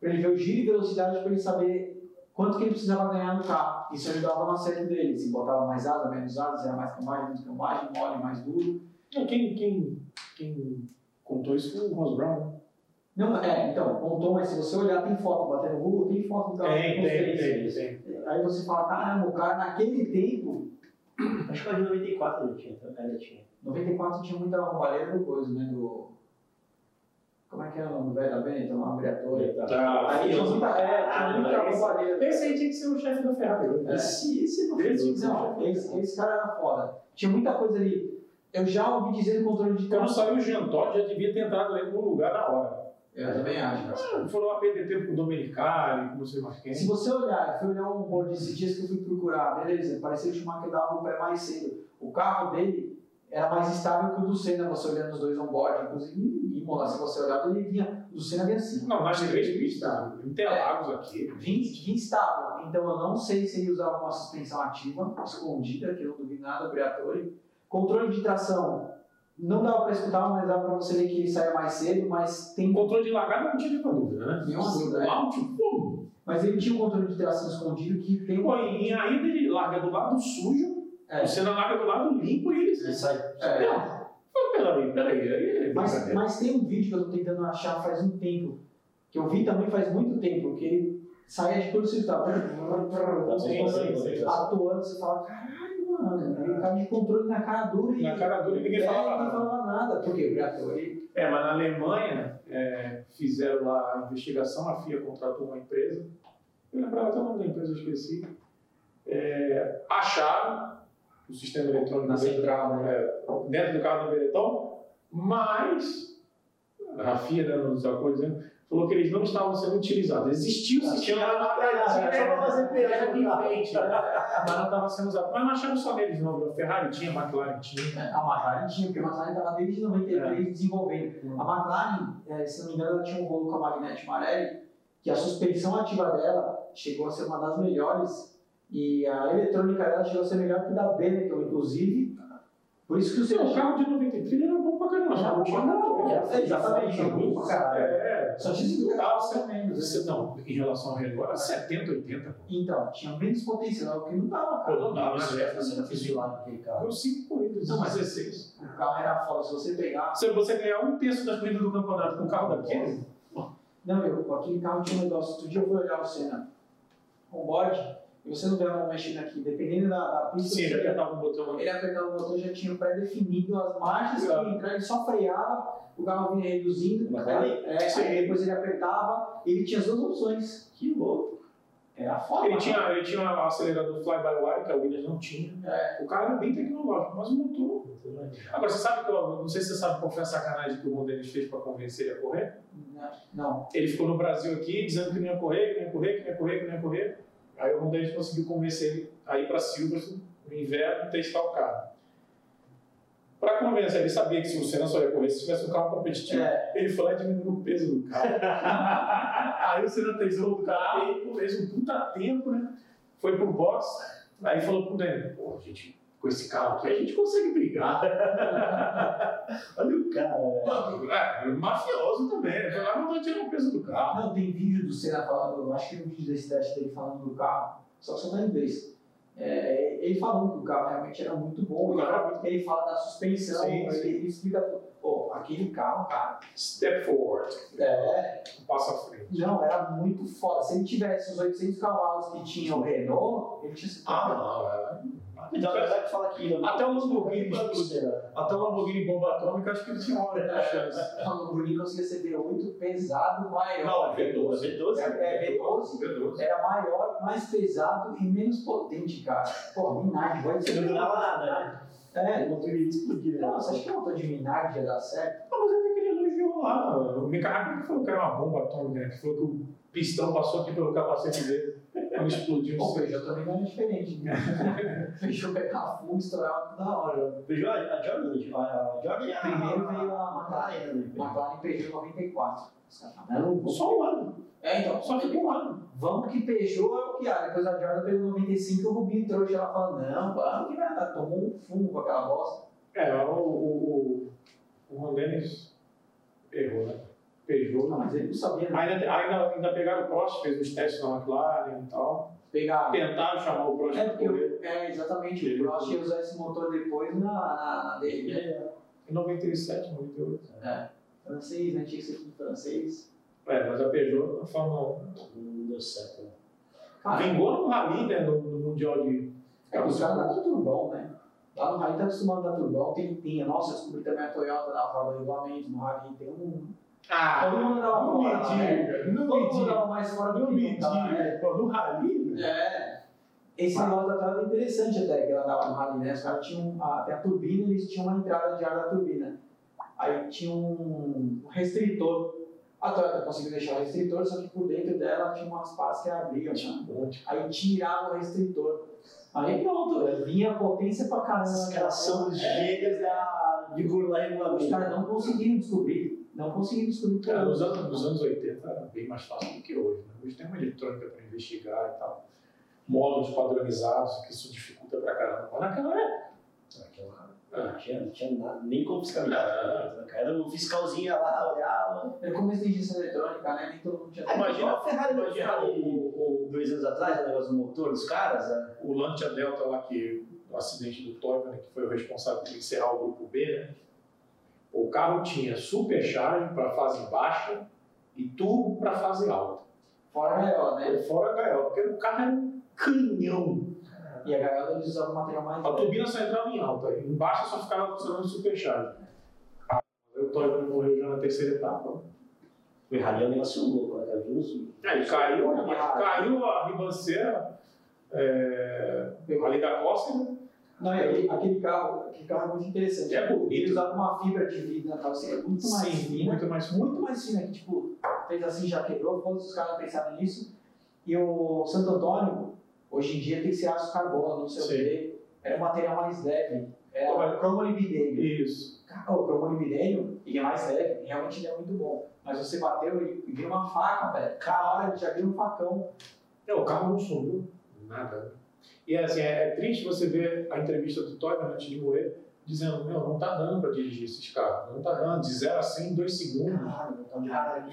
B: para ele ver o giro e velocidade, para ele saber quanto que ele precisava ganhar no carro. Isso ajudava no acerto dele, se botava mais asa, menos asa, se era mais cambagem, menos cambagem, mole, mais duro.
C: Não, Quem, quem, quem contou isso foi o Ross Brown.
B: Não, é, então, contou, mas se você olhar, tem foto, bater no Google, tem foto do carro. com os três.
C: tem.
B: Aí você fala, caramba, o cara naquele tempo
A: Acho que foi de 94 ele tinha. então, Ainda tinha.
B: 94 tinha muita roubalheira do coisa, né? Do. Como é que é o nome do velho da Benetton? Uma abreatura.
C: Tá.
B: Aí tinha muita, é, tinha
A: Ah,
B: muita
A: mas-
B: roubalheira.
C: Esse aí tinha que ser o chefe da Ferrari.
B: É.
A: Esse, esse não
C: Esse
A: foi
B: Não, esse, esse cara era foda. Tinha muita coisa ali. Eu já ouvi dizer no controle de
C: Quando
B: trânsito.
C: saiu o Jean Todt, já devia ter entrado ele no lugar na hora.
B: Eu também acho.
C: Foram a PDT com o Domenicali, com não sei mais
B: Se
C: quem.
B: você olhar, eu fui olhar um board esses dias que eu fui procurar, beleza, parecia que o Schumacher dava o pé mais cedo. O carro dele era mais estável que o do Senna, você olhando os dois on-board, inclusive em Imola, se você olhar, ele vinha, o do Senna vinha assim.
C: Não, nas três pistas, tá. Interlagos aqui.
B: Vim estável, então eu não sei se ele usava uma suspensão ativa, escondida, que eu não duvido nada, obrigatório. Controle de tração, não dava pra escutar, mas dava pra você ver que ele saia mais cedo, mas
C: O
B: tem.
C: Um controle de largada não tinha nenhuma dúvida, né?
B: Nenhuma dúvida, é.
C: Áudio, pô.
B: Mas ele tinha um controle de tração escondido que tem.
C: Pô, e ainda ele larga do lado sujo,
B: É.
C: o Senna larga do lado limpo e eles.
A: Ele sai.
B: É,
C: Não, peraí, peraí. aí é
B: mas,
C: brincadeira.
B: mas tem um vídeo que eu tô tentando achar faz um tempo, que eu vi também faz muito tempo, que ele saia de todo circuito,
C: Sim, sim, sim.
B: tá? atuando, você fala, caralho, mano, ele tava de controle na cara dura e.
C: Na cara dura ninguém
B: É,
C: falava
B: ninguém
C: nada.
B: falava nada, porque o Briatore.
C: É, mas na Alemanha é, fizeram lá a investigação, a FIA contratou uma empresa, eu lembrava até o nome da empresa, eu esqueci. É, acharam o sistema eletrônico
B: Na
C: dentro do
B: central,
C: carro, é, dentro do carro do Benetton, mas a FIA, né, nos acordos, né, falou que eles não estavam sendo utilizados. Existia o
A: Ah,
C: sistema
A: tinha lá
C: atrás, assim,
A: atrás,
C: era-
A: só pra fazer piada
C: era
A: com o carro.
C: enfeite, né, mas não estava sendo usado. Mas não acharam só neles, não. A Ferrari tinha, a McLaren tinha.
B: A McLaren tinha, porque a McLaren estava desde 93 desenvolvendo.
C: Hum.
B: A McLaren, eh, se não me engano, ela tinha um rolo com a Magnete Marelli, que a suspensão ativa dela chegou a ser uma das melhores, e a eletrônica dela chegou a ser melhor que a da Benetton, inclusive. Por isso que o
C: Sim,
B: seu
C: o carro de 93 era bom pra caramba.
B: Era
C: Não tinha
B: bom pra
C: motor,
A: que era feio,
B: Exatamente.
A: É, era ruim pra caralho.
C: É,
B: Só tinha 50 carros sendo
C: mas
B: menos. né?
C: você- não, em relação ao relógio, era 70, 80. pô.
B: Então, tinha menos potencial, porque não dava, cara.
C: Pô, não dava, né?
B: Você não fez lá naquele carro.
C: Deu 5 corridas,
B: Não,
C: não,
B: mas-
C: 16.
B: O carro era foda, se você pegar.
C: Se você ganhar um terço das corridas do campeonato com um carro daquele,
B: Não, meu, com aquele carro tinha um negócio. Outro dia eu fui olhar o Senna com bode, e você não vê a mão mexendo aqui. Dependendo da, da pista,
C: sim, né?
B: você
C: já
B: ia-
C: apertava o botão ali.
B: ele apertava o botão, já tinha pré-definido as marchas que
C: Claro.
B: ia entrar, ele só freava, o carro vinha reduzindo,
A: Mas
B: aí, é,
C: sim.
B: aí depois ele apertava, ele tinha as duas opções.
A: Que louco.
B: Era foda.
C: Ele
B: cara.
C: tinha, ele tinha um acelerador fly-by-wire, que a Williams não tinha.
B: É.
C: O cara era bem tecnológico, mas o motor. Agora, você sabe que eu não sei se você sabe qual foi a sacanagem que o Mondelis fez para convencer ele a correr?
B: Não.
C: Ele ficou no Brasil aqui dizendo que não ia correr, que não ia correr, que não ia correr, que não ia correr. Aí o Rondelli conseguiu convencer ele a ir para Silverstone no inverno testar o carro. Para convencer, ele sabia que se o Senna só ia correr se tivesse um carro competitivo.
B: É.
C: Ele foi lá e diminuiu o peso do carro. aí o Senna testou o carro e fez um puta tempo, né? Foi pro box, aí falou pro Daniel, pô, a gente, com esse carro aqui a gente consegue brigar.
A: Olha o cara, velho.
C: Mano, é, mafioso também, né? Foi lá e mandou tirar o peso do carro.
B: Ah, Não, tem vídeo do Senna falando, eu acho que tem um vídeo desse teste dele falando do carro, só que só tá em inglês. É, ele falando que o carro realmente era muito bom,
C: O
B: ele
C: carro
B: fala, ele fala da suspensão,
C: Sim,
B: ele,
C: sim.
B: ele explica tudo. Pô, aquele carro, cara,
C: Step forward,
B: é,
C: um passo à frente.
B: não, era muito foda. Se ele tivesse os 800 cavalos que tinha o Renault, ele tinha sido
C: Ah, não,
A: Então,
C: é.
A: apesar que fala aqui, né?
C: Até o Lamborghini,
A: Será?
C: até o Lamborghini bomba atômica, acho que ele tinha uma hora de chance.
B: o Bruninho conseguia ser V8 pesado, maior.
C: V12.
A: V12?
B: É, é V12.
C: V12.
B: Era maior, mais pesado e menos potente, cara. Pô, Minardi, vai
A: Você não
B: ser.
A: durava nada, né?
B: É,
A: O motor ia explodir, né?
B: Não, você acha que o motor de Minardi ia dar certo?
C: Ah, mas ele aquele elogiou lá. O Micarraga que falou que era uma bomba atômica, né? Que falou que o pistão passou aqui pelo capacete dele quando explodiu.
B: Bom, o feijão também não era diferente. Né? Fechou pegar fogo, estourava tudo da hora.
A: Veja a Jordan, a a Jordan é a-
B: Primeiro veio a
A: McLaren, né?
B: McLaren Peugeot 94. Os caras falaram,
A: Era um-
C: Só um ano.
B: É, então,
C: Só ficou um ano.
B: vamos que Peugeot é o que há. Depois a Jordan pegou 95 e o Rubinho trouxe ela falando, não, vamos que vai dar. Tomou um fumo com aquela bosta.
C: É, o, o, o, o Ron Dennis errou, né? Pejou.
B: Não, mas ele não sabia, né?
C: Ainda, ainda, ainda pegaram o Prost, fez uns testes na McLaren e tal.
B: Pegar...
C: Tentaram chamar Ah. o Prost
B: É,
C: pra
B: porque
C: correr.
B: eu- é, exatamente, o Prost ia usar esse motor depois na, na, na dele, né?
C: Em 97, 98.
B: Francês, né? Tinha que ser tudo francês.
C: É, mas a Peugeot, na Fórmula
A: Não deu certo, né?
C: 1.
B: Cara,
C: Vingou no Rally, né? No, no Mundial de.
B: É, os caras dão turbão, né? Lá no Rally tá acostumado a dar turbão, tem, tem. Nossa, eu descobri também a Toyota na prova do regulamento, no Rally tem um.
C: Ah,
B: Todo mundo dava
C: não
B: fora, né?
C: mentiu, não
B: Todo mundo
C: mentiu.
B: dava mais fora do
C: Não
B: que não dava, né?
C: mentiu. Pô, No Rally, né? velho.
B: É. Esse negócio da Toyota é interessante até, que ela dava no Rally, né? Os caras tinham. a- Até a turbina, eles tinham uma entrada de ar da turbina. Aí tinha um um restritor. A Toyota conseguiu deixar o restritor, só que por dentro dela tinha umas pás que abriam, né?
C: um monte.
B: Aí tirava o restritor. Aí pronto, né? vinha potência pra caramba.
A: Esses caras são os gênios da... de burlar
B: Os
A: regulamento.
B: caras não conseguiram descobrir. Não conseguiram descobrir.
C: Cara, nos anos, nos anos 80 era bem mais fácil do que hoje, né? Hoje tem uma eletrônica para investigar e tal. Módulos padronizados, que isso dificulta pra caramba. Mas naquela época.
A: Naquela- Não tinha, não tinha nada, nem confiscabilidade. Era um fiscalzinho ia lá, olhava.
B: É como inteligência eletrônica, né? Nem todo mundo tinha.
C: Imagina-
A: a Ferrari,
C: Imagina o, o,
A: Dois anos atrás, é o negócio do motor dos caras, né?
C: o Lancia Delta lá, que o acidente do Toyota, que foi o responsável por encerrar o grupo B, né? O carro tinha supercharge para fase baixa e turbo para fase alta.
B: Fora a gaiola, né?
C: Fora a gaiola, porque o carro era um canhão.
B: E a gaiola eles usavam um material mais.
C: A turbina só entrava em alta, e em baixa só ficava funcionando supercharge. Ah, O Toyota morreu já na terceira etapa.
A: O Ferrari é um negócio louco, né? cara? Viu os-
C: Aí caiu, né? Mas
B: Ah.
C: caiu a ribanceira é, ali da costa, né?
B: Não, e aquele, aquele carro, aquele carro é muito interessante.
C: É bonito.
B: Ele usava uma fibra de vidro na calcinha muito mais fina.
C: muito mais
B: muito mais fina, que tipo, fez assim, já quebrou, todos os caras pensaram nisso. E o Santo Antônio, hoje em dia tem que ser aço carbono, não sei o
C: Sim.
B: quê. Era um material mais leve. Era
C: Pô, mas-
B: o cromolibidênio.
C: Isso.
B: Cara, o cromolibidênio, ele é mais leve, realmente ele é muito bom. Mas você bateu e vira uma faca, velho. Cara, ele já vira um facão.
C: Não, o carro não sumiu nada. E assim, é, é triste você ver a entrevista do Toyman antes de morrer, dizendo, meu, não tá dando para dirigir esses carros, não tá dando, de 0 a 100 em 2 segundos,
A: Caralho, não tá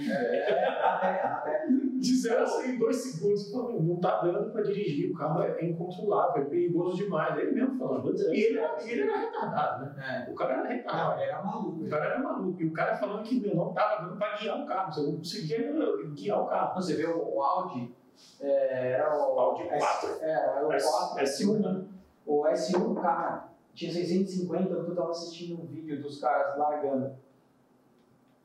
B: É,
C: de 0 a 100 em 2 segundos, Eu falo, meu, não tá dando para dirigir, o carro é incontrolável, é perigoso demais, ele mesmo falando. E ele, era- ele era retardado, né?
B: É.
C: O cara era retardado.
B: Não, ele era maluco.
C: O cara era maluco. E o cara falando que meu, não tava dando pra guiar o carro. Você não conseguia né, guiar o carro.
B: Você vê o, o Audi, é, era o.
C: O Audi 4.
B: É, era o 4.
C: É ciúme.
B: um, O S1, cara, tinha 650, eu tava assistindo um vídeo dos caras largando.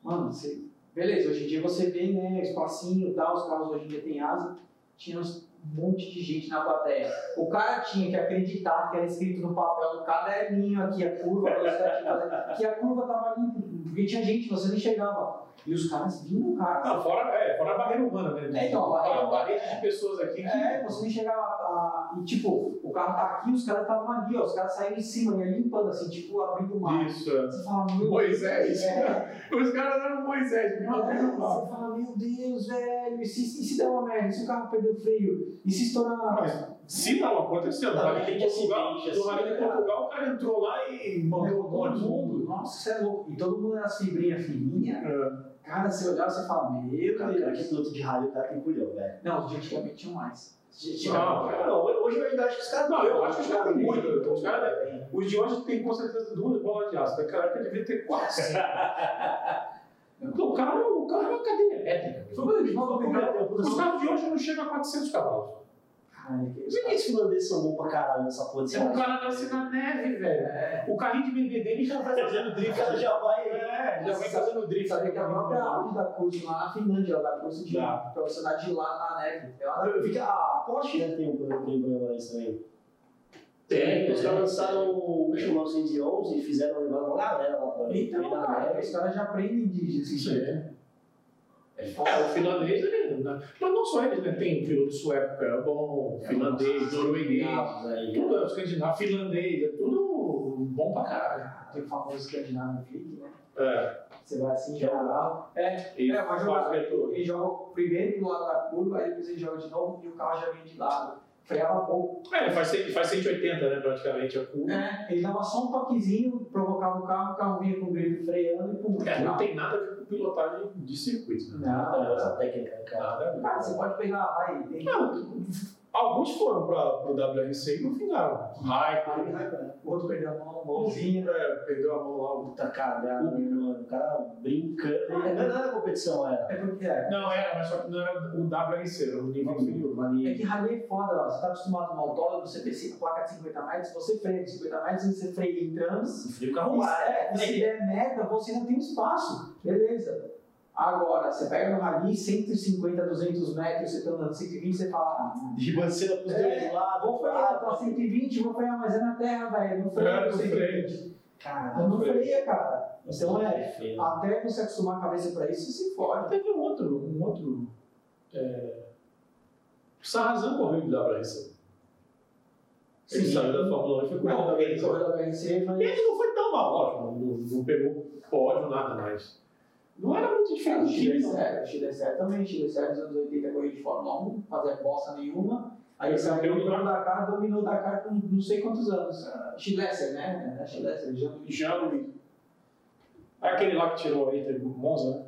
B: Mano, você... beleza, hoje em dia você vê, né, espacinho e tal, os carros hoje em dia tem asa, tinha uns- um monte de gente na plateia. O cara tinha que acreditar que era escrito no papel do caderninho aqui, a curva, a velocidade, de cada- que a curva tava ali, porque tinha gente, você não chegava. E os caras vinham, cara.
C: Não, fora, é, fora a barreira humana, né?
B: É, então, a barreira-
C: Fora a barreira de pessoas aqui que.
B: É, você não chegava a, a- e tipo, o carro tá aqui, os caras estavam ali, ó, os caras saíram em cima, né, limpando assim, tipo, abrindo o mar.
C: Isso. é.
B: Você fala, meu
C: Moisés.
B: É, então.
C: Os caras eram Moisés, vinham abrindo o carro.
B: você fala, meu Deus, velho, e se, e se der uma merda, e se o carro perder o freio, e se estourar.
C: Mas se não aconteceu, no
A: Não,
C: Rally
B: é
C: de
A: tem
C: Portugal,
A: acidente,
C: no Rally de
B: assim,
C: Portugal, o cara entrou lá e mandou um o
B: todo
C: bonde.
B: mundo, nossa, você é louco. E todo mundo era fibrinha fininha.
C: É.
B: Cara, você olhava, você fala, meu
A: Cara, cara,
B: Deus.
A: que piloto de rádio, o cara tem culhão, velho.
B: Não, gente, antigamente tinha mais.
C: Não,
A: Não, hoje eu ainda acho que os
B: é
A: caras...
C: Não, eu acho que os caras têm muito. Os caras
A: devem...
C: Os de hoje tem com certeza duas bolas de aço. Naquela época devia ter quatro. cinco. Então, o cara, o cara é uma cadeia elétrica. Foi uma Os carros de hoje não chegam a 400 cavalos.
B: Caralho, é que-
A: Os meninos finlandeses são bons pra caralho nessa porra de
C: Se o
A: rádio.
C: é um cara nasce na neve, velho. O carrinho de bebê dele já vai fazendo
A: O cara
C: drift.
A: já vai...
C: É, já vai fazendo drift. é
B: Sabe que a própria Audi dá curso lá na Finlândia, ela dá curso de
A: Dá.
B: pra você dar de lá na neve. Ela dá-
A: Eu vi que a Porsche né, tem um programa tem um programa desse também.
C: Tem,
A: Os caras lançaram o 1911 e fizeram levar uma galera lá pra
B: Então,
A: pra-
B: cara, os caras já aprendem a dirigir assim.
C: Isso é.
B: É
C: É, o
B: foda.
C: finlandês, ele, né? mas não só eles, né? Tem piloto sueco, que é bom, finlandês,
B: é
C: norueguês,
A: Escandinavos aí, né?
C: tudo é escandinavo, finlandês, é tudo bom pra caralho.
B: Tem o famoso escandinavo clique, né?
C: É,
B: Você vai assim, joga lá. É,
C: e
B: É, mas jogar-
C: faz retorno.
B: ele joga primeiro do lado da curva, aí depois ele joga de novo e o carro já vem de lado. Freava pouco.
C: É, ele faz, cem- ele faz 180, né, praticamente, a curva.
B: É, ele dava só um toquezinho, provocava o carro, o carro vinha com o grito freando e pum.
C: É, não tem nada a ver com pilotagem de circuito, né?
A: Nada,
B: Nada.
A: essa técnica, cara.
C: Nada a ver.
B: Cara, você pode pegar, vai, tem.
C: Não, alguns foram para o WRC e não fingaram. Raikkonen,
B: O outro perdeu a mão, mãozinha.
C: é, perdeu a mão lá.
A: Puta cagada, né, mano. O cara brincando. Não era competição, era.
B: É porque é.
C: Não, era, mas só que não era o WRC, era o nível inferior.
B: É que rally é foda, ó. Você tá acostumado no autódromo, você percebe placa de 50 metros, você freia de 50 metros, você freia em trans.
A: Frio
B: Isso é, e se der merda, você não tem espaço. Beleza. Agora, você pega no rally 150, 200 metros, você tá andando 120, você fala, ah,
A: De bandeira pros dois
B: É,
A: lados.
B: vou frear, tô a 120, vou frear, mas é na terra, velho, não freia,
C: É,
B: não
C: não freia.
A: Caralho.
B: Eu não freia, cara.
C: um
B: Então é,
C: né?
A: feio.
B: até você acostumar a cabeça pra isso, você se fode.
C: Teve um outro, um outro. É... Sarrazan correu do WRC. Ele
B: Sim.
C: saiu da Fórmula 1 e foi correr do
B: ele
C: WRC.
B: correu da BRC, mas...
C: Ele não foi tão mal, lógico, não, não pegou pódio, nada mais. Não era muito
B: É, O
C: diferente. né?
B: Chile
C: não.
B: é Chile sério também, Chile sério nos anos 80 correu de Fórmula 1, fazia bosta nenhuma. Aí
C: Ele
B: saiu
C: campeão do
B: dominou o Dakar, dominou o Dakar por não sei quantos anos.
C: É.
B: Chile né? Chile já não
C: Já não Aquele lá que tirou aí, teve Monza, né?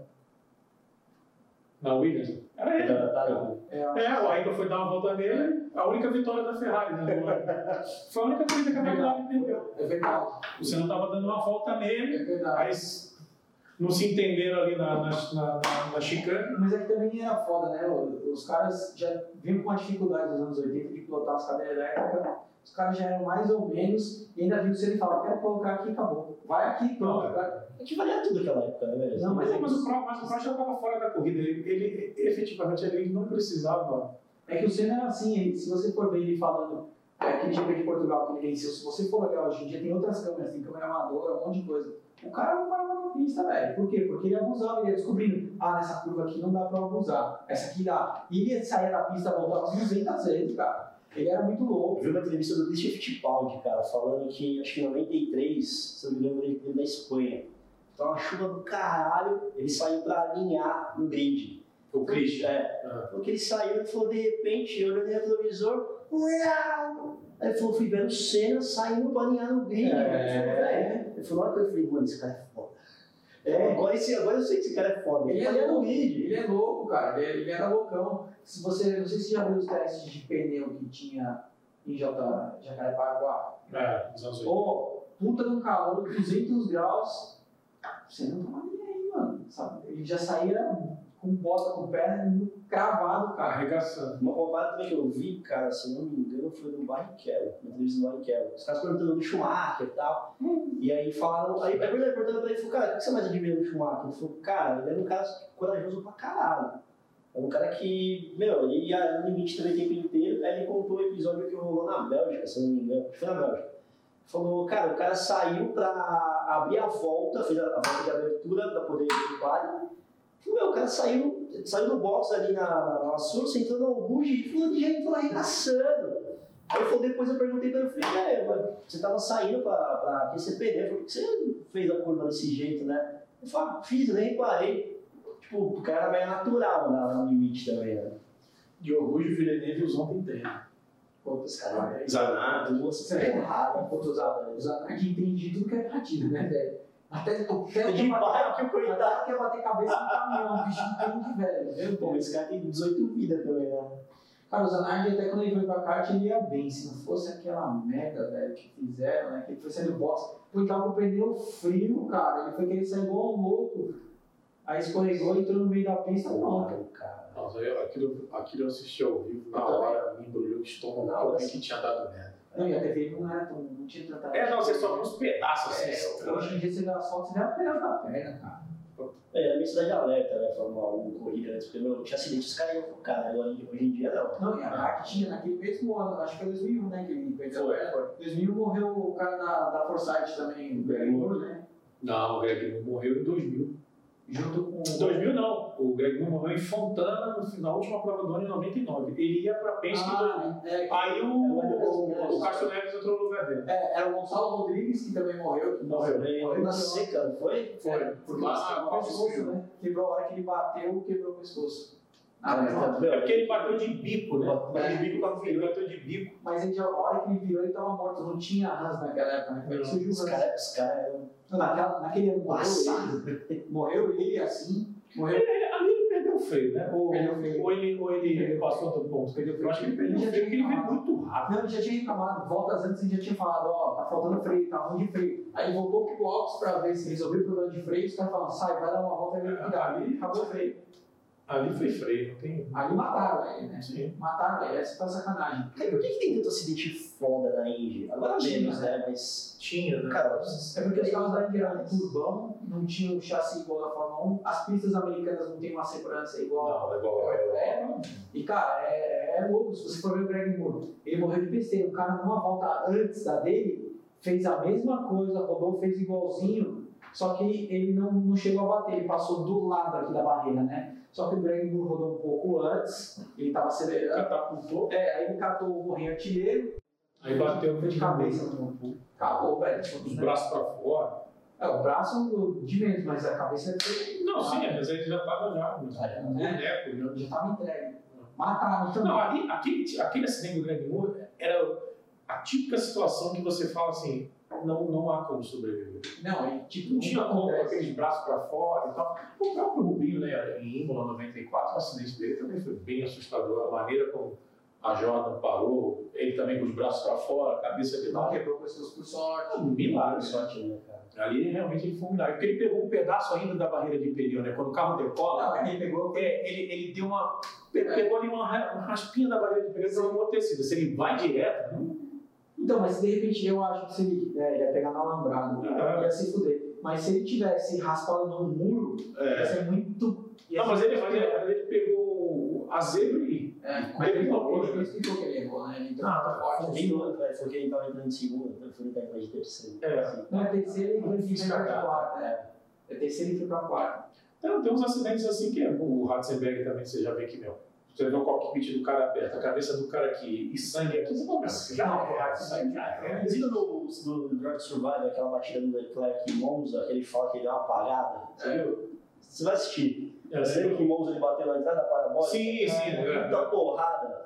C: Na Williams. Era ele.
A: Tá, tá, não.
B: é a-
C: É, o Ayrton foi dar uma volta nele, a única vitória da Ferrari, né? Foi a única coisa que a McLaren perdeu.
B: É verdade,
C: Você não estava dando uma volta
B: é
C: nele,
B: verdade.
C: aí s- não se entenderam ali na, na, na, na- na chicane.
B: Mas é que também era foda, né? O- Os caras já vinham com a dificuldade nos anos 80 de pilotar as cadeiras elétricas. Os caras já eram mais ou menos, e ainda viu se ele falar, quero colocar aqui, acabou. Vai aqui, pronto.
C: Não,
B: cara.
A: É que valia tudo aquela época, né, velho?
B: Não, mas é-
C: Mas o Pro- mas o Prost já estava fora da corrida. Ele, ele, efetivamente ele não precisava.
B: É que o Senna era assim, ele- se você for ver ele falando, é, aquele GP de Portugal que ele venceu, se você for olhar hoje em dia, tem outras câmeras, tem câmera amadora, um monte de coisa. O cara não parava na pista, velho. Por quê? Porque ele abusava, ele ia descobrindo, ah, nessa curva aqui não dá pra abusar, essa aqui dá. E ele saía da pista, voltava umas 200 vezes, cara. Ele era muito louco.
A: Eu vi uma entrevista do Christian Fittipaldi, cara, falando que acho que em 93, se eu não me engano, ele veio da Espanha. Tava uma chuva do caralho, ele saiu pra alinhar no grid.
C: O Christian.
A: É. Porque ele saiu e falou, de repente, olhando no retrovisor, uau! Aí ele falou, fui ver o Senna saindo pra alinhar no grid.
B: É.
A: Ele falou, olha que eu falei, mano, esse cara é foda. É, agora, esse, agora eu sei que esse cara é foda. Ele
B: Ele é
A: alinhar no grid.
B: Ele é louco, cara. Ele, ele era loucão. Se você, não sei se já viu os testes de pneu que tinha em J- Jacarepaguá.
C: É, nos anos 80.
B: Pô, puta no calor, 200 graus. Você não tava nem aí, mano. Sabe? Ele já saía com bota com perna cravado, cara.
C: Tá Arregaçando.
A: Uma roubada também que eu vi, cara, se eu não me engano, foi no Barrichello, na entrevista do Barrichello. Os caras perguntando do Schumacher e tal. E aí falaram. Aí a pergunta perguntando pra ele falou, cara, o que você é mais admira do Schumacher? Ele falou, cara, ele era um cara corajoso pra caralho. Era um cara que, meu, ele ia no limite também o tempo inteiro. Aí ele contou o episódio que rolou na Bélgica, se eu não me engano. Acho que foi na Bélgica. Falou, cara, o cara saiu pra abrir a volta, fez a, a volta de abertura pra poder ir pro páreo. Meu, o cara saiu, saiu do box ali na, na, na Sul, sentando ao ruge e falando de jeito, falou, arregaçando. Aí eu falei, depois eu perguntei pra ele, eu falei, é, mas você tava saindo pra, pra aquecer pneu, eu falei, né?" por que você fez a curva desse jeito, né? Ele falou, "Ah, fiz, eu nem reparei. Tipo, o cara era meio natural na, no limite também, né?
C: De orgulho, Villeneuve e os ontem tem.
B: Pô, é os caras.
D: Zanato.
A: Duas porradas,
B: Pô, os os anarquistas entendem tudo que é batida, né, velho? Até tô
A: é
B: perto
A: de barra que o coitado.
B: Coitado que ia bater cabeça no caminhão, bicho, entende, velho. Eu,
A: Pô,
B: pô,
A: esse cara tem 18 vidas também, né?
B: Cara, o Zanardi até quando ele foi pra kart ele ia bem, se não fosse aquela merda, velho, que fizeram, né? Que ele foi sair do box. Pô, ele tava com o pneu frio, cara. Ele foi querer sair igual um louco. Aí escorregou, entrou no meio da pista, pronto.
A: Porra, cara.
C: Nossa, eu, aquilo, aquilo eu assisti ao vivo, na hora, me embrulhou o estômago,
A: Na
C: eu
A: hora,
C: vi que tinha dado merda.
B: Não, e a TV não era tão. não tinha tratado.
D: É, não, você só viu uns pedaços assim.
B: É, hoje em dia você vê as fotos, você vê a perna da perna, cara.
A: É, a minha cidade alerta, né? Fórmula 1, corrida, né? Porque, meu, tinha acidente, os caras iam pro cara, agora hoje em dia não.
B: Não, e a kart tinha naquele mesmo ano, acho que foi 2001, né? Que ele perdeu a
C: Foi,
B: perna. 2001 morreu o cara da, da Forsyth também, o Greg Moore, né?
C: Não, o Greg Moore morreu em 2000.
B: Junto com.
C: Em 2000 não, o Greg Moore morreu em Fontana no final, na última prova do ano, em 99. Ele ia pra Penske em 2000.
B: Ah, é,
C: Aí o, o, o Castro Neves entrou no lugar dele.
B: É, era o Gonçalo Rodrigues que também morreu. que
C: Morreu.
A: Foi na seca, não foi?
C: Foi.
B: Porque
C: Lá
B: ele quebrou
C: na
B: o pescoço, né? Quebrou a hora que ele bateu, quebrou o pescoço. Ah, mas, não.
A: meu,
D: É porque ele bateu de bico,
B: É.
D: né?
A: Bateu de bico com a
D: Ele
A: filha.
D: bateu de bico.
B: mas ele já, a hora que ele virou, ele tava morto. Não tinha Hans naquela época, né? Foi que
C: Não.
B: surgiu o
A: Os
B: Hans.
A: caras os cara eram
B: Não, naquela- naquele ano morreu
A: passados.
B: ele. Morreu ele assim. Morreu
C: Ele- É, Ali ele perdeu o freio, né? Ou,
B: Perdeu o freio.
C: ou ele, ou ele passou do ponto. Perdeu o freio. Eu acho que ele perdeu o freio porque ele veio muito rápido.
B: Não, ele já tinha reclamado, voltas antes ele já tinha falado, ó, tá faltando freio, tá ruim de freio. Aí ele voltou pro box pra ver se resolveu o problema de freio, os caras falaram, sai, vai dar uma volta É, e vai cuidar. Ali acabou o freio.
C: Ali foi freio, não tem.
B: Aí mataram ele, né?
C: Sim.
B: Mataram ele, essa foi a sacanagem.
A: Cara, por que, que tem tanto acidente foda na Indy? Agora
B: Tinha,
A: menos, né? Mas.
D: Tinha, né?
A: Cara,
B: É porque os carros da Indy eram turbão, não tinham um chassi igual da Fórmula 1, as pistas americanas não têm uma segurança igual.
D: Não, é igual.
B: É, e cara, é, é louco se você for ver o Greg Moore. Ele morreu de besteira. O cara, numa volta antes da dele, fez a mesma coisa, rodou, fez igualzinho, só que ele não, não chegou a bater, ele passou do lado aqui da barreira, né? Só que o Greg Moore rodou um pouco antes, ele tava acelerando.
C: Catapultou.
B: É, aí ele catou o morrinho artilheiro,
C: Aí bateu
B: de cabeça no Acabou, velho. Tipo, né?
C: Os braços pra fora.
B: É, o braço de menos, mas a cabeça é
C: Não, sim, mas ele já tava já. né? Um
B: né?
C: boneco, já.
B: já estava entregue. Mataram também.
C: Não, ali, aquele, aquele acidente do Greg Moore era a típica situação que você fala assim, não, não há como sobreviver.
B: Não, e tipo,
C: Não tinha
B: nunca
C: como, com
B: acontece.
C: aqueles braços pra fora e tal. O próprio Rubinho, né, em Imola 94, o acidente dele também foi bem assustador. A maneira como a Jordan parou, ele também com os braços pra fora, a cabeça de
B: Não
C: lado.
B: Então, quebrou pessoas por sorte.
C: É um milagre, só.
A: sorte, né, cara?
C: Ali realmente ele foi um milagre. Porque ele pegou um pedaço ainda da barreira de pneu, né? Quando o carro decola,
B: Não, ele Ah, pegou.
C: É, ele, ele deu uma. pe- Pegou ali uma, ra- uma raspinha da barreira de pneu e não amortecida. Se ele vai direto, não
B: Então, mas de repente eu acho que se ele né, ele ia pegar no alambrado,
C: Ah.
B: ia se fuder. Mas se ele tivesse raspado num muro, ia ser muito. ia
C: Não,
B: ser
C: mas ele,
B: muito
C: mas
B: pior.
C: ele, ele pegou a zebra e.
B: É, mas ele,
C: ele colocou,
B: ele
C: né?
B: explicou que ele errou, né?
A: tá
B: Ele entrou
C: Ah,
B: muito forte.
A: Bem
B: assim.
A: louco, velho. Foi que ele tava entrando em segundo, então foi ele tava de terceiro.
C: É.
A: Assim.
B: Não, é terceiro ele foi pra
C: Escagado.
B: quarta. É, é terceiro ele foi pra quarta.
C: Então, tem uns acidentes assim que é, o Ratzenberg também, você já vê que meu. Você vê o cockpit do cara aberto, a cabeça do cara aqui e sangue aqui, você fala, "Meu, já é, sangue já é.
A: Vocês viram no, no Drive to Survive, aquela batida do Leclerc em Monza, que ele fala que ele dá uma apagada? Você viu? Você vai assistir.
C: É,
A: Você
C: sim,
A: viu que o Monza ele bateu na entrada da parabólica?
C: sim. é, é.
A: Muita porrada.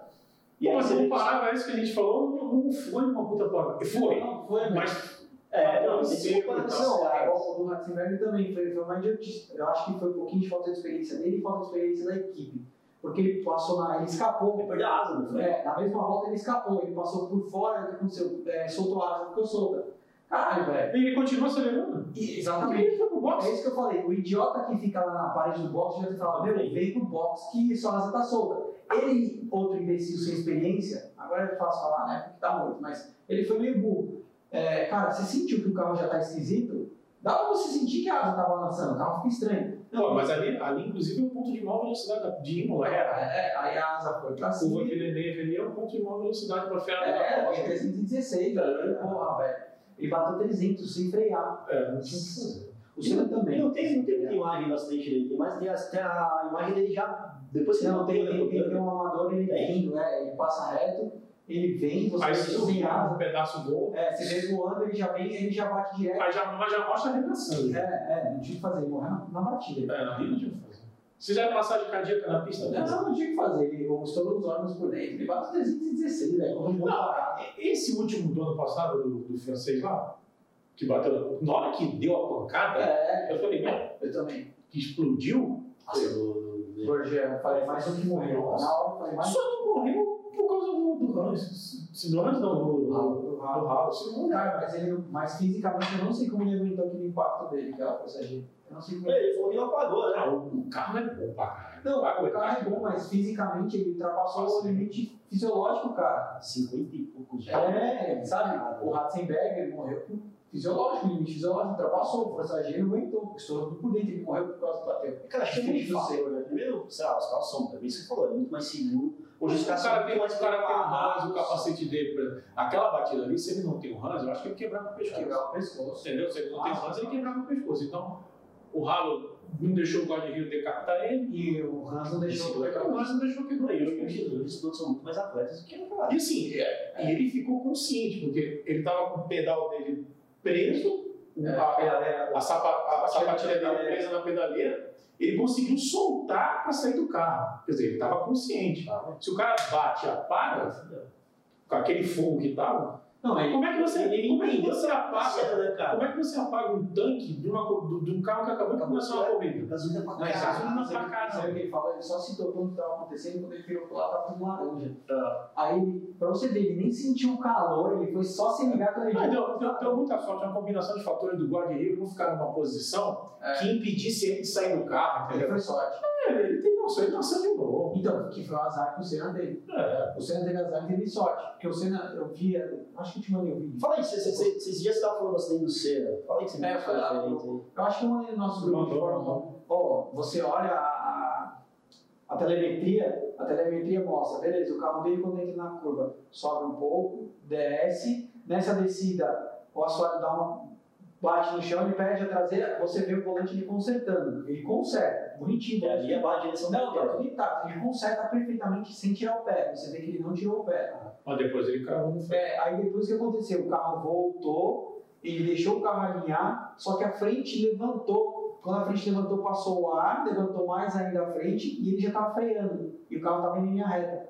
A: E
C: Pô,
A: aí
C: mas
A: você
C: não
A: vê que-
C: parava, é isso que a gente falou, não, não foi uma puta porra. Foi,
B: Não, foi, mas.
C: mas
A: É, não,
C: Não,
A: isso é
C: sim,
A: uma
C: mas
A: comparação,
B: Não, é
A: cara.
B: igual o do Ratzenberger também, foi, foi uma idiotice. Eu acho que foi um pouquinho de falta de experiência dele e falta de experiência da equipe. Porque ele passou na. Ele escapou.
A: Ele perdeu a asa, né? não foi?
B: É, na mesma volta ele escapou, ele passou por fora, ele aconteceu, é, soltou a asa, ficou solta. Caralho, velho.
C: ele continua acelerando.
B: E-
C: E
B: Exatamente.
C: ele foi pro
B: É
C: boxe.
B: isso que eu falei, o idiota que fica lá na parede do box já fala, meu, vem pro box que sua asa tá solta. Ele, outro imbecil sem experiência, agora é fácil falar, né? Porque tá morto, mas ele foi meio burro. É, cara, você sentiu que o carro já tá esquisito? Dá pra você sentir que a asa tá balançando, o carro fica estranho.
C: Pô, mas ali, ali, inclusive, é um ponto de maior velocidade da- de Imola. Era.
B: É, é, aí a asa foi pra
C: A curva
B: cima.
C: que ele neve ali é um ponto de maior velocidade pra frear.
B: É, foi 316, velho. Porra, velho. Ele bateu 300 sem frear.
C: É, não tinha o que fazer.
B: O Senna também.
A: Não tem, não tem muita imagem do acidente dele, tem mais tem a, tem a imagem dele já. Depois que ele né?
B: Não, tem, tem, tem,
A: voltou,
B: tem um amador, ele
A: Tem.
B: vem, né? Ele passa reto, ele vem, você
C: Aí
B: vê
C: se
B: ele sem
C: um
B: asa.
C: pedaço bom,
B: É, você vê voando, ele já vem, ele já bate direto.
C: aí já, mas já mostra arregaçando.
B: É, é, não tinha o que fazer, ele morreu na, na batida.
C: É, ali não tinha o que fazer. Se já é passagem cardíaca na pista, né?
B: Não, não tinha o que fazer, ele estourou os órgãos por dentro, ele bateu 316, velho. como um bom parado.
C: é. Esse último do ano passado, do, do francês lá, que bateu, na hora que deu a pancada,
B: É,
C: eu falei, meu,
B: eu também.
C: que explodiu,
A: É,
B: Jorge, eu falei mais do que morreu. Na hora eu falei mais
C: só não morreu por causa do, do Hans. Se do Hans não, do,
B: do
C: do,
B: ralo, do
C: do
B: ralo.
C: Haas, se não
B: Cara, mas, ele, mas fisicamente eu não sei como ele aguentou aquele impacto dele, aquela força G. Eu não sei como ele
A: Ele falou que não apagou, né?
C: Ah, o o carro é bom pra caralho.
B: Não,
C: Vai
B: o
C: aguentar.
B: cara é bom, mas fisicamente ele ultrapassou o
C: Sim.
B: limite fisiológico, cara.
A: 50 e poucos já.
B: É, sabe? O Ratzenberger morreu com fisiológico, o limite fisiológico ultrapassou, o força G não aguentou, estourou tudo por dentro, ele morreu por causa do bateu.
A: Cara, acho que é muito
B: Difícil
A: fácil, né? Primeiro, sei lá, os carros são, também você falou, é muito mais seguro. Hoje os
C: O
A: caras
C: cara
A: são
C: tem
A: muito
C: mais
A: mais
C: cara tem mais
A: preparados.
C: o capacete dele. por exemplo. Aquela batida ali, se ele não tem o Hans, eu acho que ele quebrava o pescoço.
B: Quebrar o pescoço.
C: Entendeu? Se ele não tem o Hans, ele quebrava o pescoço. Então, o ralo não deixou o guarda de rio decapitar ele.
B: E o Hans não deixou
C: O Hans não deixou
A: Não,
C: quebrar
A: e
C: ele.
A: hoje hoje em dia os pilotos são muito mais atletas do que no
C: E assim, é, e ele ficou consciente, porque ele tava com o pedal dele preso, o-
B: É.
C: a, a sapa- a- a sapatilha dele presa na pedaleira, ele conseguiu soltar para sair do carro. Quer dizer, ele tava consciente. Se o cara bate e apaga, com aquele fogo que tava,
B: Não, ele
C: como é que você, como é que você apaga?
A: Cena, né,
C: Como
A: cara?
C: é que você apaga um tanque de, uma co- do- de um carro que acabou de começar uma corrida?
A: Gasolina é pra
B: Não, tá
C: Mas
B: isso
A: caralho.
C: azul não pra casa.
B: Sabe o que ele falou? Ele só citou quando estava acontecendo, quando ele virou pro lado, tava tudo laranja. Aí, pra você ver, ele nem sentiu o calor, ele foi só se ligar quando ele
C: Ah, deu, deu- deu muita sorte, uma combinação de fatores do guarda rio não ficar numa posição
B: É.
C: que impedisse ele de sair do carro,
B: Ele
C: entendeu?
B: foi sorte.
C: É, ele tem noção, ele nasceu de novo.
B: Então, que foi o azar que o Senna teve.
C: É.
B: O Senna teve azar e teve sorte. Porque o Senna, eu vi, acho que eu te mandei o vídeo.
A: Fala aí, você- você- você- esses dias você tava falando assim do Cena. Fala aí que você
B: É,
A: me
B: foi lá. Eu acho que eu mandei no nosso grupo de
C: Mandou,
B: Fórmula 1. Ó, você olha a, a telemetria, a telemetria mostra, beleza, o carro dele quando entra na curva sobe um pouco, desce, nessa descida o assoalho dá uma bate no chão, ele perde a traseira, você vê o volante ele consertando, ele conserta, bonitinho,
A: E
B: né?
A: É, ali a barra de direção
B: Não, tá
A: dela.
B: tudo intacto, ele conserta perfeitamente sem tirar o pé, você vê que ele não tirou o pé. tá?
C: Mas depois ele cravou no ferro.
B: É, aí depois o que aconteceu? O carro voltou, ele deixou o carro alinhar, só que a frente levantou. Quando a frente levantou, passou o ar, levantou mais ainda a frente e ele já estava freando. E o carro estava em linha reta.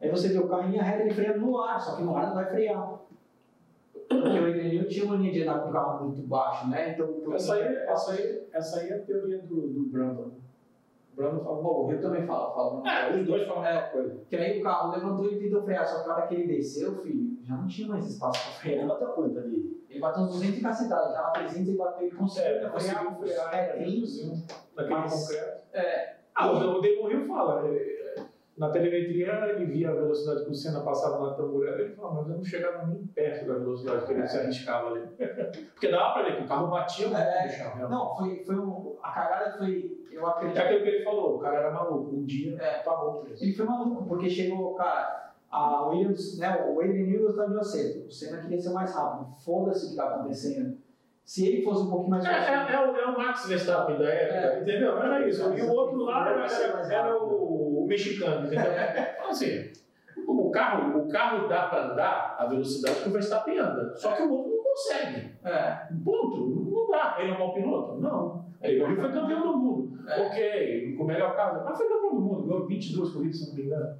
B: Aí você vê o carro em linha reta, ele freia no ar, só que no ar não vai frear. Porque o Adriano tinha uma linha de andar com o carro muito baixo, né? Então, então
C: Essa aí, essa, aí, essa aí é a teoria do, do Brandon. O Brandon falou.
B: Bom, é eu também falo, falo.
C: É, os dois falam a mesma coisa.
B: Que aí o carro levantou e tentou frear, só que na hora que ele desceu, filho, já não tinha mais espaço para frear.
A: Ele bateu quanto ali?
B: Ele bateu uns 200 e cacetadas, já na 300 e bateu e conseguiu.
C: É, conseguiu frear,
B: É,
C: né?
B: tem
C: Naquele
B: Mas-
C: concreto.
B: É.
C: Ah, o, o Damon Hill fala. é, é, Na telemetria, ele via a velocidade que o Senna passava na tamburela. Ele falou, mas eu não chegava nem perto da velocidade que ele se arriscava ali. Porque dava pra ver que o carro batia muito
B: É.
C: no chão. realmente.
B: Não, foi, foi um... A cagada foi... Eu
C: É
B: acredito...
C: aquilo que ele falou, o cara era maluco. Um dia
B: É.
C: pagou o preço.
B: Ele foi maluco, porque chegou, cara... A Williams, né, o Adrian Newey tá de cedo. O Senna queria ser mais rápido. Foda-se o que tá acontecendo. Se ele fosse um pouquinho mais
C: É, é, é o, é o Max Verstappen da época,
B: É.
C: entendeu? Era isso. E o outro lá era, era
B: né?
C: o, o mexicano, entendeu?
B: É.
C: Então, assim, o carro, o carro dá para andar a velocidade que o Verstappen anda, só que o outro não consegue.
B: É,
C: Ponto. Não dá. Ele é um mau piloto? Não. Ele ele foi campeão do mundo.
B: é.
C: Ok, com o melhor carro, mas foi campeão do mundo. Ganhou 22 corridas, se não me engano.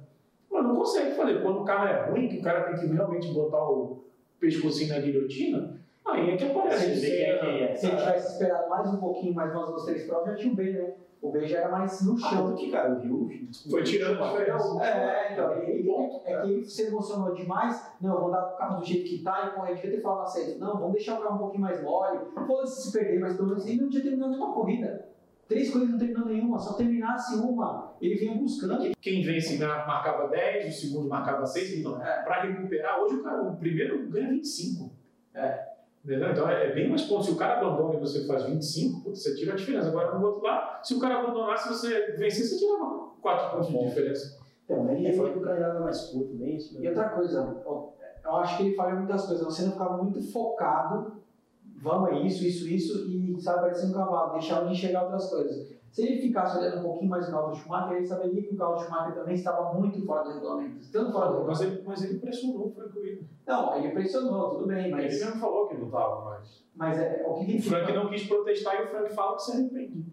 C: Mas Pô, não consegue fazer. Quando o carro é ruim, que o cara tem que realmente botar o pescocinho na guilhotina, aí é que aparece.
A: Você vê quem é quem é.
B: Se ele tivesse esperado mais um pouquinho, mais umas duas, três provas, já tinha o B, né? O B já era mais no
A: Ah,
B: chão.
A: tanto que, cara, o Rio
C: Foi tirando a diferença.
B: É, então, é,
C: Bom,
B: é, é que ele se emocionou demais. Não, vou dar o carro do jeito que tá e correr. Devia ter falado certo. Não, vamos deixar o carro um pouquinho mais mole. Foda-se se perder, mas pelo menos ele não tinha terminado nenhuma corrida. Três corridas não terminou nenhuma, só terminasse uma. Ele vinha buscando.
C: Quem vence na- marcava 10, o segundo marcava 6, então,
B: É.
C: para recuperar, hoje o, cara, o primeiro ganha 25.
B: É.
C: Entendeu? Então é bem mais ponto. Se o cara abandona e você faz 25, putz, você tira a diferença. Agora no outro lado, se o cara abandonasse, você vencer, você tirava 4 pontos de diferença.
B: então, né,
A: também. Ele falou que o cara era mais curto, bem isso.
B: E
A: né?
B: outra coisa, ó, eu acho que ele falha muitas coisas. Você não ficava muito focado. Vamos, é isso, isso, isso. E, sabe, parecendo um cavalo. Deixava de enxergar outras coisas. Se ele ficasse olhando um pouquinho mais no carro do Schumacher, ele saberia que o carro do Schumacher também estava muito fora do regulamento. Tanto fora do regulamento.
C: Mas ele, mas ele pressionou o Frank Williams.
B: Não, ele pressionou, tudo bem,
C: Ele
B: mas,
C: mesmo falou que não estava mais.
B: mas é, o que tem
C: O
B: que
C: Frank não quis protestar e o Frank fala que se arrepende.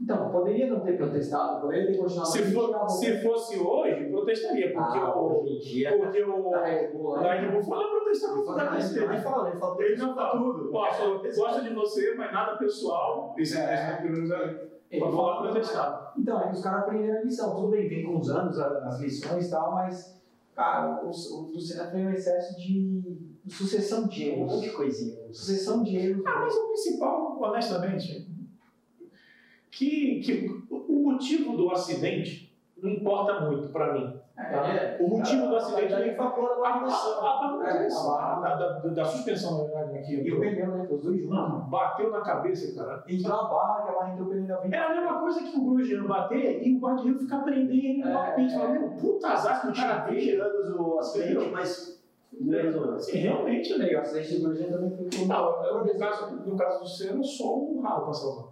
B: Então, poderia não ter protestado, poderia ter continuado. um
C: Se, for- se fosse hoje, protestaria, porque
B: Ah,
C: o.
A: é Hoje em dia,
C: Porque o.
B: Da Red Bull,
C: O
B: né?
C: Red Bull foi lá protestar com o
B: Mas-
C: Frank dele.
A: ele fala, ele fala
C: Ele não fala
A: tudo.
C: Gosto, gosto de você, mas nada pessoal. Esse
B: É.
C: é pelo menos é.
B: Ele
C: Pode falar
B: falou,
C: pra testar.
B: Então, é que os caras aprenderam a lição. Tudo bem, vem com os anos a- as lições e tal, mas, cara, o, o Lucena foi um excesso de sucessão de
A: Tinha um monte
B: erros.
A: de coisinha.
B: Sucessão de erros.
C: Ah, mas o principal, honestamente, que, que o motivo do acidente não importa muito pra mim.
B: É,
C: O motivo do acidente não importa.
B: favor
C: A, a, a,
B: É, isso.
C: a- da, da, da suspensão, na verdade, aqui.
B: E o pneu, né? Os dois juntos.
C: Não, bateu na cabeça, cara.
B: Entrou a barra, que a barra entrou o pneu da
C: Era a mesma coisa que o Grosjean bater e o guardião ficar prendendo ele no
B: É.
C: palpite. Falei, meu, puta azar que o cara teve.
A: anos o acidente, mas não é resolveu.
C: Assim, realmente, né?
B: E o acidente do Grosjean também foi com
C: Não, eu, no, caso, no caso do Senna, só um ralo pra salvar.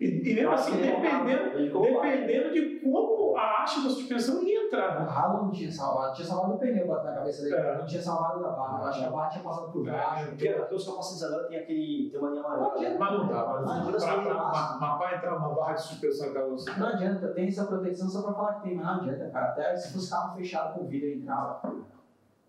C: E, e mesmo assim, dependendo,
A: Ele é um comprou.
C: dependendo de como a haste da suspensão ia entrar.
B: O
C: né?
B: ralo não tinha salvado, tinha salvado o pneu bate na cabeça dele,
C: É.
B: não tinha salvado da barra. Eu acho que a barra tinha passado por
C: É.
B: baixo.
A: Porque porque os capacetes agora tem aquele. tem uma linha
B: Não
A: amarela.
B: adianta.
C: Mas não dá, mas
B: Ah,
C: não
A: mas
C: dá.
A: não
C: Pra-
B: dá.
C: pra- Mas para entrar uma barra de suspensão da você.
B: Não adianta, tem essa proteção só pra falar que tem, mas não adianta, cara. Até se fosse um carro fechado com vidro entrava.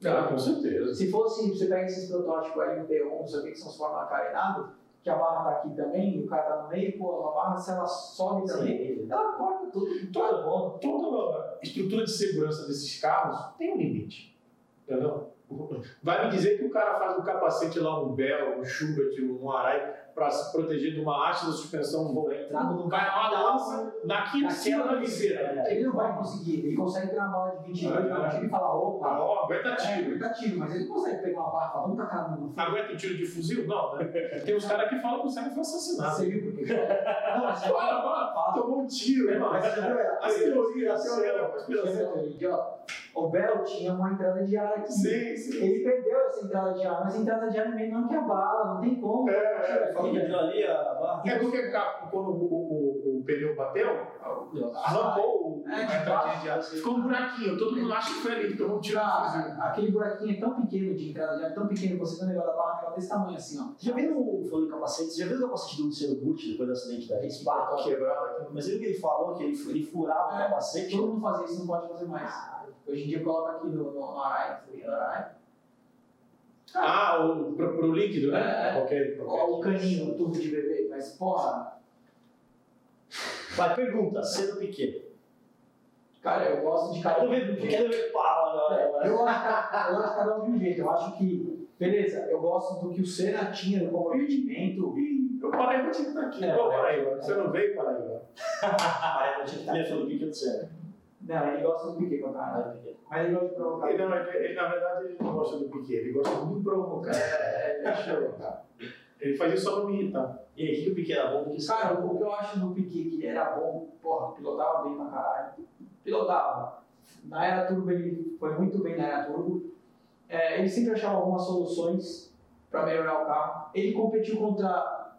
C: Ah, com certeza.
B: Se fosse, você pega esses protótipos LMP1, não sei o que, que são os formas carenados, que a barra tá aqui também, e o cara tá no meio, pô, a barra, se ela sobe também,
A: Sim.
B: ela corta tudo.
C: Toda, toda estrutura de segurança desses carros tem um limite. Entendeu? Vai me dizer que o cara faz um capacete lá, um Bell, um Schubert, um Arai, para se proteger de uma haste da suspensão volante.
B: Entrado no
C: Vai lá, lança, na quinta
B: é
C: cena da viseira.
B: né? Ele não vai conseguir, ele consegue pegar uma bala de 28,
C: É.
B: é. tiro e falar, opa,
C: Ah, ó, aguenta
B: É,
C: tiro.
B: ele tá tiro, mas ele consegue pegar uma barra e falar, vamos tacar no fundo.
C: Aguenta o tiro de fuzil? Não, né? Tem uns caras que falam que o Sérgio foi assassinado.
B: Você viu por quê? Não, mas você
C: Fala, fala,
B: fala.
C: tomou um tiro, né? mano?
B: Mas você viu, é, assim,
C: As teorias, as teorias,
B: você viu a teoria aqui, ó? O Bell tinha uma entrada de ar aqui.
C: Sim, sim.
B: Ele perdeu essa entrada de ar, mas a entrada de ar é menor que a bala, não tem como.
A: Ele falou que entrou ali a barra.
C: É porque cara, quando o, o- o- o pneu bateu, arrancou o,
B: É,
C: a
B: de
C: entradinha
B: baixo.
C: de ar. Ficou um buraquinho, todo mundo acha que foi ali, que tomou um tiro de fuzil.
B: Ah, aquele buraquinho é tão pequeno de entrada de ar, tão pequeno que você tem um negócio da barra, um negócio desse tamanho assim, ó.
A: Já viu, falando em capacete, já viu o capacete do Luciano Gucci depois do acidente da Race?
B: Esbarra.
C: Quebrado.
A: Mas ele que ele falou que ele, ele furava o
B: É.
A: capacete.
B: Todo mundo fazia isso, não pode fazer mais. Hoje em dia coloca aqui no, no Arai, fui Arai.
C: Ah, o, pro, pro líquido, né?
B: É.
C: Qualquer,
B: Ó,
C: qualquer.
B: o caninho, o tubo de bebê, mas porra.
A: Vai, pergunta, cedo pequeno.
B: Cara, eu gosto de cada
A: Quero
B: um de
A: ver,
B: um jeito.
A: quero ver pau agora.
B: Eu
A: agora.
B: gosto, eu gosto de cada um de um jeito. Eu acho que, beleza, eu gosto do que o Senna tinha no comprometimento.
C: Ih, Eu parei pra te estar aqui.
B: É,
C: Pô,
B: é.
C: Paraíba, você não veio, Paraíba?
A: Ah, eu tinha que ter falado pequeno Ah, sério.
B: Não, ele gosta do Piquet com a cara.
A: é
B: Mas ele gosta de provocar.
C: Ele, é- não, ele, ele, na verdade, ele não gosta do Piquet, ele gosta muito de provocar.
B: É, deixa eu cara.
C: Ele faz isso só pra então. me irritar.
A: E aí, o que o pequeno era bom? Porque
B: Cara, o que eu acho do Piquet que era bom, porra, pilotava bem pra caralho. Pilotava. Na era turbo ele foi muito bem na era turbo. É, ele sempre achava algumas soluções pra melhorar o carro. Ele competiu contra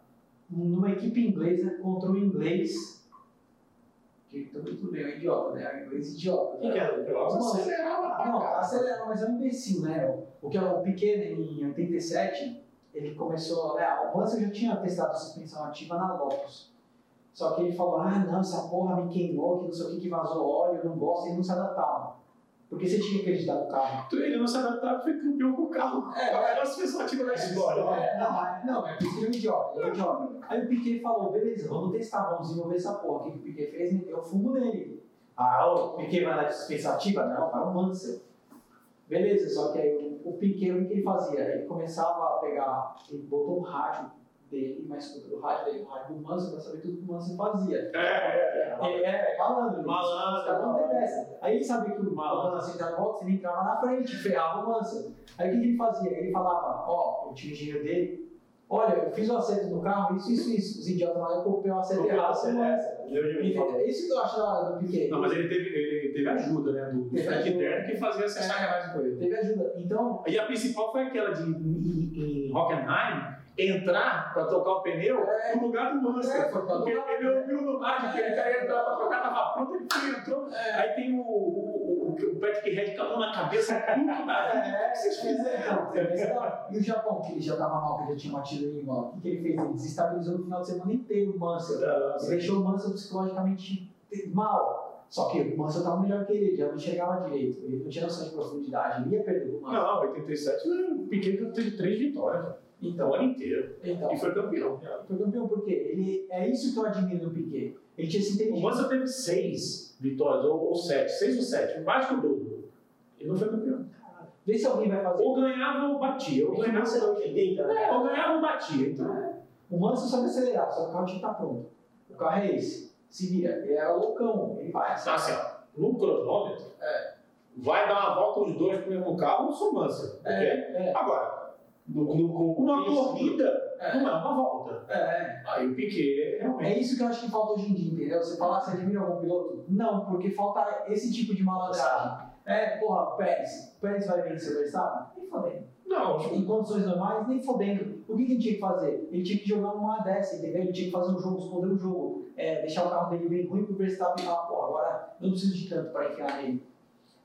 B: numa equipe inglesa contra um inglês. Que também tudo bem, é um idiota, né? É um inglês idiota.
A: Quem que era? o
C: Nossa,
A: Pequeno?
C: acelerava pra
B: Não,
C: cá.
B: acelerou, mas é um imbecil, né? O que é o Piquet, né, em 87, ele começou, né? O Mansell já tinha testado a suspensão ativa na Lotus. Só que ele falou, ah não, essa porra me queimou, que não sei o que, que vazou óleo, eu não gosto, ele não se adaptava. Porque você tinha que acreditar no carro.
C: Então, ele não se adaptava foi campeão com o carro. É, a melhor expectativa da história.
B: É, não, não, é porque ele é um idiota, ele é um idiota. Aí o Piquet falou, beleza, vamos testar, vamos desenvolver essa porra. O que o Piquet fez? Meteu o fumo nele. Ah, o Piquet vai dar dispensativa? Não, vai um Mansell. Beleza, só que aí o, o Piquet, o que ele fazia? Ele começava a pegar, ele botou o rádio dele, mas escuta o rádio dele, o rádio do Mansell, pra saber tudo que o Mansell fazia. É, é, é malandro.
D: Malandro,
B: Os caras não
D: malandro.
B: tem dessa. Aí ele sabia que o
D: Malandro.
B: malandro assim, no box, ele entrava na frente, ferrava o lance. Aí o que que ele fazia? Ele falava, ó, eu tinha o engenheiro dele, olha, eu fiz o acerto no carro, isso, isso, isso. Os idiotas lá, eu copiei o um acerto
A: Copiei o
B: errado. É,
A: acerto,
B: mas-
A: Eu já me falou.
B: Entendeu? Isso que eu acho da- do Piquet.
C: Não, mas ele teve, ele teve ajuda, né? Do, do
B: Teve
C: Frank
B: ajuda.
C: Terno que fazia essa sacanagem com ele.
B: é Teve ajuda. Então,
C: E a principal foi aquela de, em, em Hockenheim, entrar pra trocar o pneu
B: É.
C: no lugar do Mansell.
B: É, foi pra
C: Porque ele
B: trocar.
C: pneu ouviu no rádio, que ele queria entrar pra trocar, tava pronto, ele foi, entrou.
B: É.
C: Aí tem o, o, o, o Patrick Red com a mão na cabeça, tudo na
B: É,
C: que vocês fizeram?
B: é, é, é. E o Japão, que ele já tava mal, que ele já tinha batido em mano, o que, que ele fez? Ele desestabilizou no final de semana inteiro o Mansell. Ele deixou o Mansell psicologicamente te- mal. Só que o Mansell tava melhor que ele, já não enxergava direito. Ele não tinha noção de profundidade, ele ia perder o Mansell.
C: Não, 87 né? o Piquet já teve três vitórias, né? o
B: Então,
C: ano inteiro.
B: então,
C: E foi campeão.
B: foi campeão por quê? Ele, é isso que eu admiro no Piquet. Ele tinha se
C: O
B: entendido.
C: Mansell teve seis vitórias, ou, ou sete, seis ou sete, mais que o dobro. E não foi campeão.
B: Vê se alguém vai fazer.
C: Ou ganhava ou batia. Ou
A: Eu não sei
C: ganhava,
A: o né? que tem, cara.
C: é, ou, ganhava ou batia. Então,
B: O Mansell sabe acelerar, só que o carro tinha que estar pronto. O carro é esse. Se vira, ele era loucão, ele vai.
D: Tá assim, ó, no cronômetro,
C: É.
D: vai dar uma volta os dois pro mesmo carro, não sou mansa.
B: É, é.
D: Agora,
A: No, no, com
D: uma
A: isso.
D: corrida
B: É.
D: não é uma volta.
B: É,
D: Aí o Piquet realmente.
B: É isso que eu acho que falta hoje em dia, entendeu? Você falar se admira algum piloto? Não, porque falta esse tipo de malandragem. É, porra, Pérez. Pérez vai vencer o Verstappen? Nem fodendo.
D: Não, tipo, acho
B: Em condições normais, nem fodendo. O que, que ele tinha que fazer? Ele tinha que jogar uma dessa, entendeu? Ele tinha que fazer um jogo, esconder um jogo. É, deixar o carro dele bem ruim pro Verstappen falar, pô, agora eu não preciso de tanto pra enfiar nele.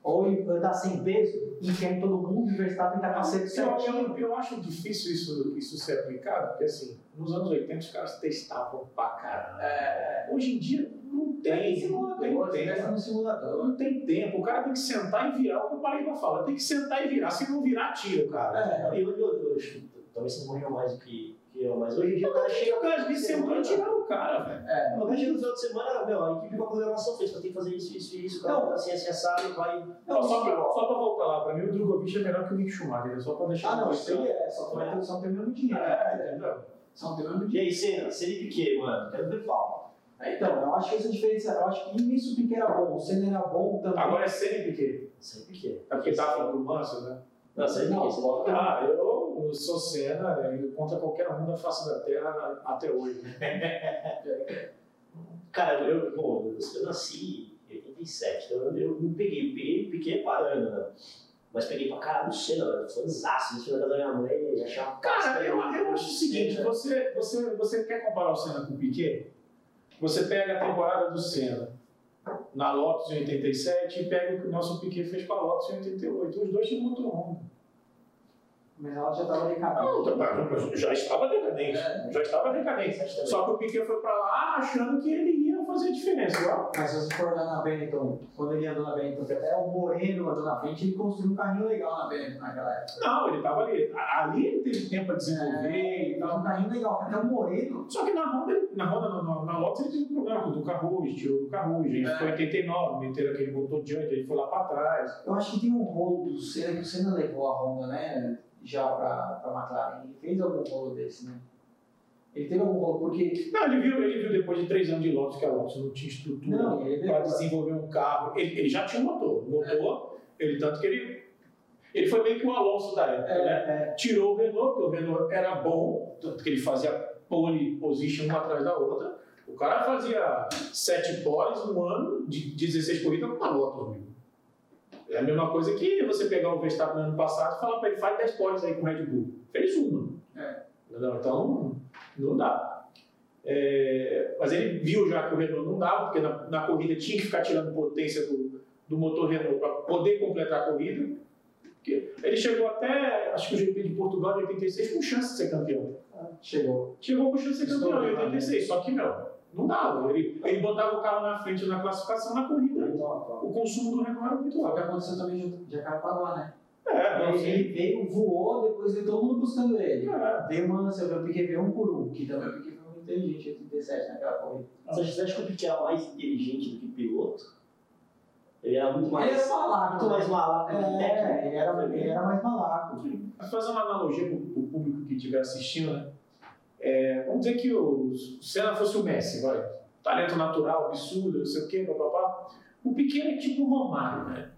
B: Ou ele andar sem peso, enfiar em todo mundo e o Verstappen tá com
D: é
C: Eu-
B: 107.
C: É, Eu, eu acho difícil isso, isso ser aplicado, porque assim, nos anos 80 os caras testavam pra caralho.
D: É.
B: É,
C: Hoje em dia não tem, não tem tempo.
D: né?
B: no simulador.
C: Não tem tempo. O cara tem que sentar e virar o que o Paraíba fala. Tem que sentar e virar. Se não virar, tira, cara.
B: É,
A: E eu, eu, eu acho que talvez vocês morram mais do que, que eu, mas hoje em dia o cara
C: Chega
A: chega.
C: o cara de sentar e tirar o cara, velho.
B: é.
A: O cara chega no final de semana, meu, a equipe com a programação fez, você tem que fazer isso, isso e isso, cara.
B: Não.
A: Assim, assim, assado, vai.
B: Não,
C: só, pra, só pra voltar lá, pra mim o Drogovic é melhor que o Nick Schumacher, né? só pra deixar
B: Ah, não, isso
C: registrado.
B: aí é, só que vai ter só terminando dinheiro.
C: É,
B: né?
C: entendeu?
B: Só terminando dinheiro.
A: E aí, Senna, Senna e Piquet, mano, quero ver pau.
B: Então, eu acho que essa diferença, eu acho que nisso o Piquet era bom, o Senna era bom também.
C: Agora é Senna e Piquet.
A: Senna e Piquet.
C: É porque tá falando do Manso, né?
A: Não, Senna e
B: Não,
A: Piquet, você bota cara.
C: Ah, eu sou Senna né? Eu contra qualquer um da face da terra até hoje. né?
A: Cara, eu, bom, eu nasci em 87, então eu, eu não peguei, peguei, peguei parando, né? Mas peguei pra caralho o Senna, mano, fãzaço, isso na casa da minha mãe, já achava
C: Cara,
A: casta,
C: eu,
A: né?
C: eu acho o seguinte:
A: Senna.
C: você, você, você quer comparar o Senna com o Piquet? Você pega a temporada do Senna na Lotus em 87 e pega o que o nosso Piquet fez com a Lotus em 88. Os dois tinham muito Honda.
B: Mas ela já tava decadente.
C: Ah,
D: Não, tá- tá- já estava decadente.
B: É.
D: Já estava decadente. Só que o Piquet foi pra lá achando que ele ia fazer diferença. Ué,
B: Mas se você for olhar na Benetton, quando ele andou na Benetton, que até o Moreno andou na frente, ele construiu um carrinho legal na Benetton naquela época.
C: Não, ele estava ali. A- Ali ele teve tempo para desenvolver e
B: Ele
C: tal.
B: tava um carrinho legal, até o Moreno.
C: Só que na Honda, ele- na, Honda na, na, na Lotus ele teve um problema com o do Carrujo, tirou do Carrujo. Ele
B: É.
C: ficou em 89, meteram aquele motor diante, ele foi lá pra trás.
B: Eu acho que tem um rolo do Senna, que o Senna levou a Honda, né, já pra, pra McLaren. Ele fez algum rolo desse, né? Ele teve algum rolo, porque...
C: Não, ele viu, ele viu depois de três anos de Lotus que a Lotus não tinha estrutura
B: Não, é. ele
C: para
B: levou.
C: desenvolver um carro. Ele, ele já tinha um motor. O motor, ele tanto que ele. Ele foi meio que o Alonso da época,
B: É,
C: né?
B: é.
C: tirou o Renault, porque o Renault era bom, tanto que ele fazia pole position uma atrás da outra. O cara fazia sete poles um ano de 16 corridas com a Lotus, meu. É a mesma coisa que você pegar o Verstappen no ano passado e falar para ele, faz 10 poles aí com o Red Bull. Fez uma.
B: É.
C: Entendeu? Então, não dá. É, mas ele viu já que o Renault não dava, porque na, na corrida tinha que ficar tirando potência do, do motor Renault para poder completar a corrida. Ele chegou até, acho que o GP de Portugal de 86 com chance de ser campeão.
B: é, Chegou.
C: Chegou com chance de ser campeão em
B: Estourou, né?
C: 86, só que, meu, Não dava. Ele, ele botava o carro na frente na classificação, na corrida. O consumo do Renault era muito
B: Só
C: alto.
B: que aconteceu também de Jacarepaguá, né?
C: É, não
B: Ele,
C: sei.
B: ele veio, voou, depois veio todo mundo buscando ele.
C: É.
B: Veio uma ânsia, veio o Piquet veio um por um, que também o Piquet foi muito inteligente, 87 naquela corrida.
A: Você acha que o Piquet era mais inteligente do que piloto? Ele era muito
B: Mas, ele
A: mais,
B: era malaco, né?
A: muito mais malaco né? do que técnico.
B: É, ele era, ele era mais malaco.
C: Mas fazer uma analogia para o público que estiver assistindo, né? É, vamos dizer que o Senna fosse o Messi, vai. Talento natural, absurdo, não sei o quê, papapá. O pequeno é tipo o Romário, né?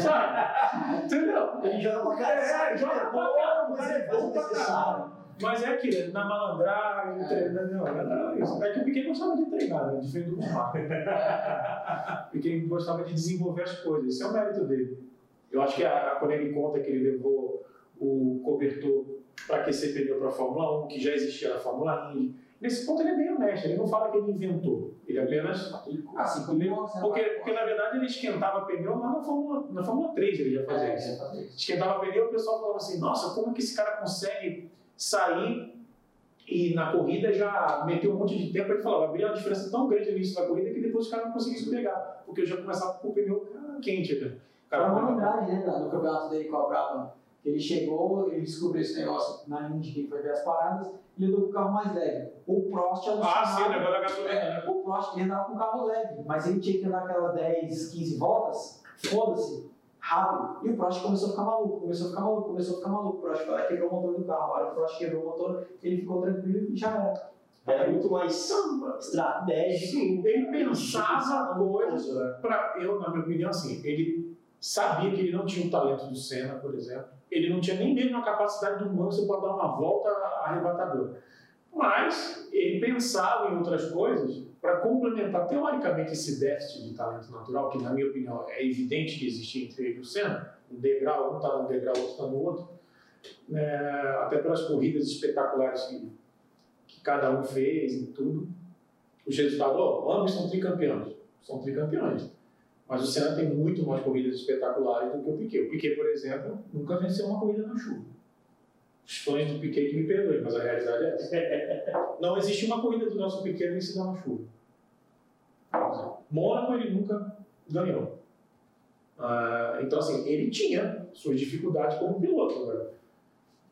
C: Sabe? Entendeu?
A: Ele joga pra
C: É,
A: caralho,
C: joga
A: ele é
C: pra
A: bom,
C: caralho,
A: mas
C: cara,
A: ele
C: é
A: faz o
C: bom pra
A: necessário.
C: Mas é aquilo, na malandragem,
B: É.
C: treinando, não, era isso. É que o Piquet gostava de treinar, né? diferente do Romário. o Piquet gostava de desenvolver as coisas, esse é o mérito dele. Eu acho que a, quando ele conta que ele levou o cobertor para aquecer pneu para a Fórmula 1, que já existia na Fórmula Indy, nesse ponto ele é bem honesto, ele não fala que ele inventou, ele apenas...
B: Assim, como o Boxer,
C: Ah, Porque,
B: né?
C: porque na verdade ele esquentava pneu lá na Fórmula, na Fórmula 3 ele já fazia
B: É,
C: isso
B: já fazia isso.
C: esquentava pneu, o pessoal falava assim, nossa, como que esse cara consegue sair e na corrida já meter um monte de tempo? Ele falava, abriu uma diferença tão grande no início da corrida que depois os caras não conseguiam pegar, porque eu já começava com o pneu quente, né? O
B: Foi
C: Cara,
B: uma novidade, né, cara, no campeonato dele com a Brabham. Ele chegou, ele descobriu esse negócio na Indy, que ele foi ver as paradas, e ele andou com o carro mais leve. O Prost é um
C: ah, sim, o
B: alucinava.
C: negócio da gasolina, né?
B: É, o Prost ele andava com o carro leve, mas ele tinha que andar aquelas 10, 15 voltas, foda-se, rápido. E o Prost começou a ficar maluco, começou a ficar maluco, começou a ficar maluco. O Prost foi lá e quebrou o motor do carro. A hora que o Prost quebrou o motor, ele ficou tranquilo e já era.
A: Era muito mais estratégico.
C: assim, Ele pensava coisas, pra, eu, na minha opinião, assim, ele sabia que ele não tinha o talento do Senna, por exemplo, ele não tinha nem mesmo a capacidade do Manso para dar uma volta arrebatadora. Mas ele pensava em outras coisas para complementar teoricamente esse déficit de talento natural, que na minha opinião é evidente que existe entre ele e o Senna, um degrau, um está num degrau, outro está no outro, né, até pelas corridas espetaculares que, que cada um fez e tudo os resultados, ó, ambos são tricampeões. São tricampeões. Mas o Senna tem muito mais corridas espetaculares do que o Piquet. O Piquet, por exemplo, nunca venceu uma corrida na chuva. Os fãs do Piquet que me perdoem, mas a realidade é essa. Não existe uma corrida do nosso Piquet vencida na chuva. Mônaco ele nunca ganhou. Ah, então, assim, ele tinha suas dificuldades como piloto. Agora.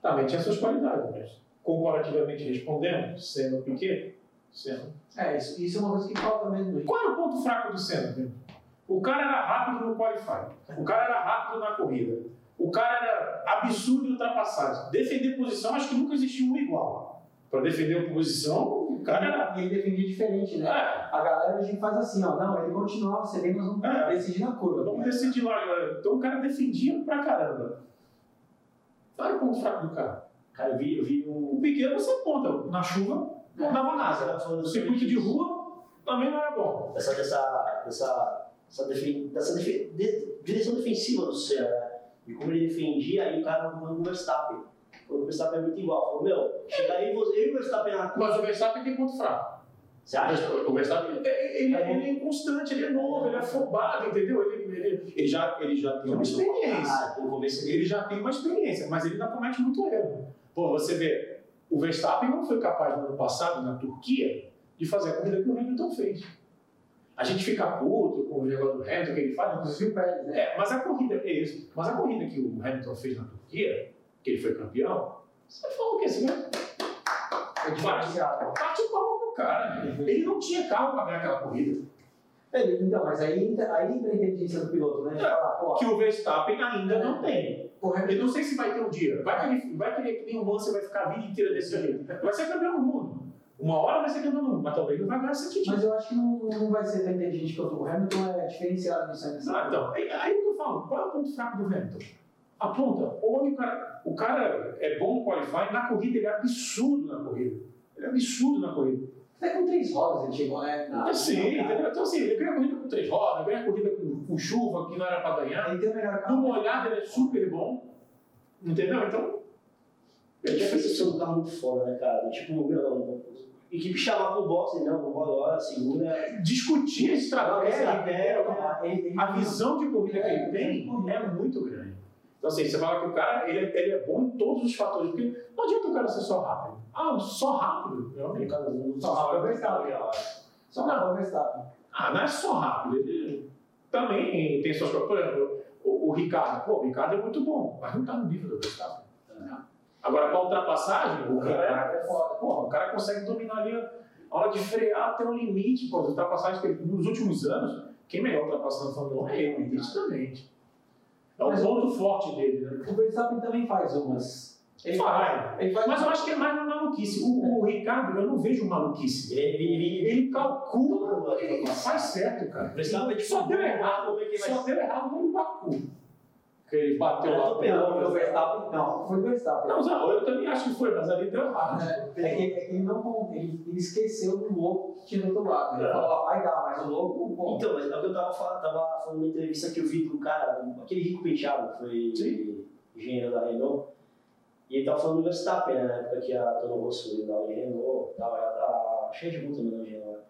C: Também tinha suas qualidades, mas comparativamente respondendo, Senna e Piquet, Senna
B: É, isso, isso é uma coisa que falta mesmo.
C: qual era o ponto fraco do Senna? O cara era rápido no qualify. O cara era rápido na corrida. O cara era absurdo em ultrapassagem. Defender posição, acho que nunca existiu um igual. Para defender a posição, o cara era.
B: E ele defendia diferente, né?
C: É,
B: A galera hoje faz assim, ó, não, ele continua, você vem, nós vamos
C: É.
B: decidir na curva.
C: vamos decidir lá. galera. Então o cara defendia pra caramba. Qual era o ponto fraco do cara?
A: Cara, eu vi, eu vi um. Ah,
C: O pequeno você conta. Na chuva, não dava nada. No circuito de rua, também não era bom.
A: Dessa, dessa, dessa, dessa, defen- dessa defe- de- direção defensiva do Senna, né? De como ele defendia, aí o cara mandou o Verstappen. Falou que O Verstappen é muito igual. Falou, meu, chega aí você, eu e o Verstappen na
C: Mas o Verstappen tem ponto fraco.
A: Você acha?
C: O Verstappen, ele, ele- ele é inconstante, ele é novo, ele é afobado, entendeu? Ele, ele- ele já, ele já tem uma experiência.
A: Ah, eu vou ver se ele.
C: Ele já tem uma experiência, mas ele ainda comete muito erro. Pô, você vê, o Verstappen não foi capaz no ano passado, na Turquia, de fazer a corrida que o Hamilton fez. A gente fica puto com o negócio do Hamilton que ele faz,
B: Inclusive o Pérez, né?
C: é, mas a corrida, é isso. Mas a corrida que o Hamilton fez na Turquia, que ele foi campeão, você fala o quê? Você vai-
B: Foi diferenciado.
C: bate o palmo pro cara. né? Ele não tinha carro pra ganhar aquela corrida.
B: Ele- Então, mas aí entra, aí entra a inteligência do piloto, né? De
C: É.
B: falar, pô,
C: que o Verstappen ainda não tem.
B: corre
C: Eu não sei se vai ter um dia. Vai que, ele, vai que, ele, que nem o Mansell vai ficar a vida inteira desse jeito. Vai ser campeão do mundo. Uma hora vai ser campeão do mundo, mas talvez não vai ganhar esse título.
B: Mas eu acho que não, não vai ser tão inteligente quanto o Hamilton é diferenciado nisso aí.
C: Ah, então, aí, aí eu falo, qual é o ponto fraco do Hamilton? Aponta, onde o cara, o cara é bom no qualifying, na corrida ele é absurdo na corrida. Ele é absurdo na corrida.
B: Até com três rodas ele chegou, né? na-
C: assim,
B: na-
C: entendeu? Então assim, ele ganha a corrida com três rodas, ganha a corrida com, com chuva, que não era pra ganhar.
B: Ele tem o melhor
C: No
B: carro.
C: molhado ele é super bom. Entendeu? Então,
A: É difícil ser um carro muito foda, né, cara? Tipo, meu, não. equipe chamar pro boxe, né? não, vamos agora, segunda.
C: discutir a estratégia,
A: Estratégia,
B: Ele- ele-
C: a visão de corrida que ele tem É. é muito grande. Então, assim, você fala que o cara ele, ele é bom em todos os fatores, porque não adianta o cara ser só rápido. Ah, só rápido. Realmente, o cara não
B: Só rápido é o Verstappen.
A: Não,
B: Só na o Verstappen.
C: Ah, não é só rápido. Ele também tem suas próprias. Por exemplo, o, o Ricardo. Pô, o Ricardo é muito bom, mas não tá no nível do Verstappen. Agora, pra ultrapassagem, o cara é, é foda. Porra, o cara consegue dominar ali a a hora de frear até um limite. Pô, as ultrapassagens que ele, nos últimos anos, quem melhor ultrapassando a Fórmula 1 é ele, nitidamente. É um
B: Mas-
C: ponto forte dele, né?
B: O Verstappen também faz umas. Ele faz. Ele faz
C: Mas eu acho que é mais uma maluquice. O, o Ricardo, eu não vejo maluquice.
A: Ele, ele, ele,
C: Ele calcula, ele faz certo, cara.
A: precisava de
C: Só deu errado.
A: como é que vai
C: Só deu errado no Baku. É, Que ele bateu
A: Eu
C: lá.
A: tô pensando.
B: Não, foi o Verstappen não. Foi o Verstappen.
C: Não, Zé, eu também acho que foi, mas ali deu errado.
B: É que, é que ele não ele, ele esqueceu do louco que tinha do outro lado.
C: É.
B: Ele falou, ah, vai dar, mas o louco, bom.
A: Então, mas é o que eu tava falando, tava falando na entrevista que eu vi pro cara, aquele rico penteado, que foi engenheiro da Renault, e ele tava falando do Verstappen, né, na época que a Toro Rosso lidava de Renault e tal, ela tá cheia de multa também na Renault. né.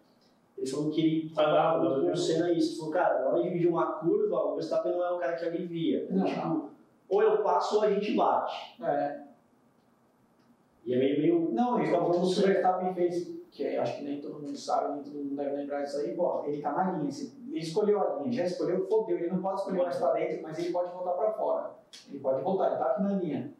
A: Ele falou que ele
C: Ah, dá, dá,
A: o
C: dá.
A: Senna é isso, ele falou, cara, na hora de dividir uma curva, o Verstappen não é um cara que alivia.
B: Não.
A: Tipo, ou eu passo ou a gente bate.
B: É.
A: E é meio, meio
B: Não, e o que o Verstappen fez, que eu acho que nem todo mundo sabe, nem todo mundo deve lembrar disso aí, bom, ele tá na linha. se- Ele escolheu a linha, já escolheu, fodeu. Ele não pode escolher mais pra dentro, mas ele pode voltar pra fora. Ele pode voltar, ele tá aqui na linha.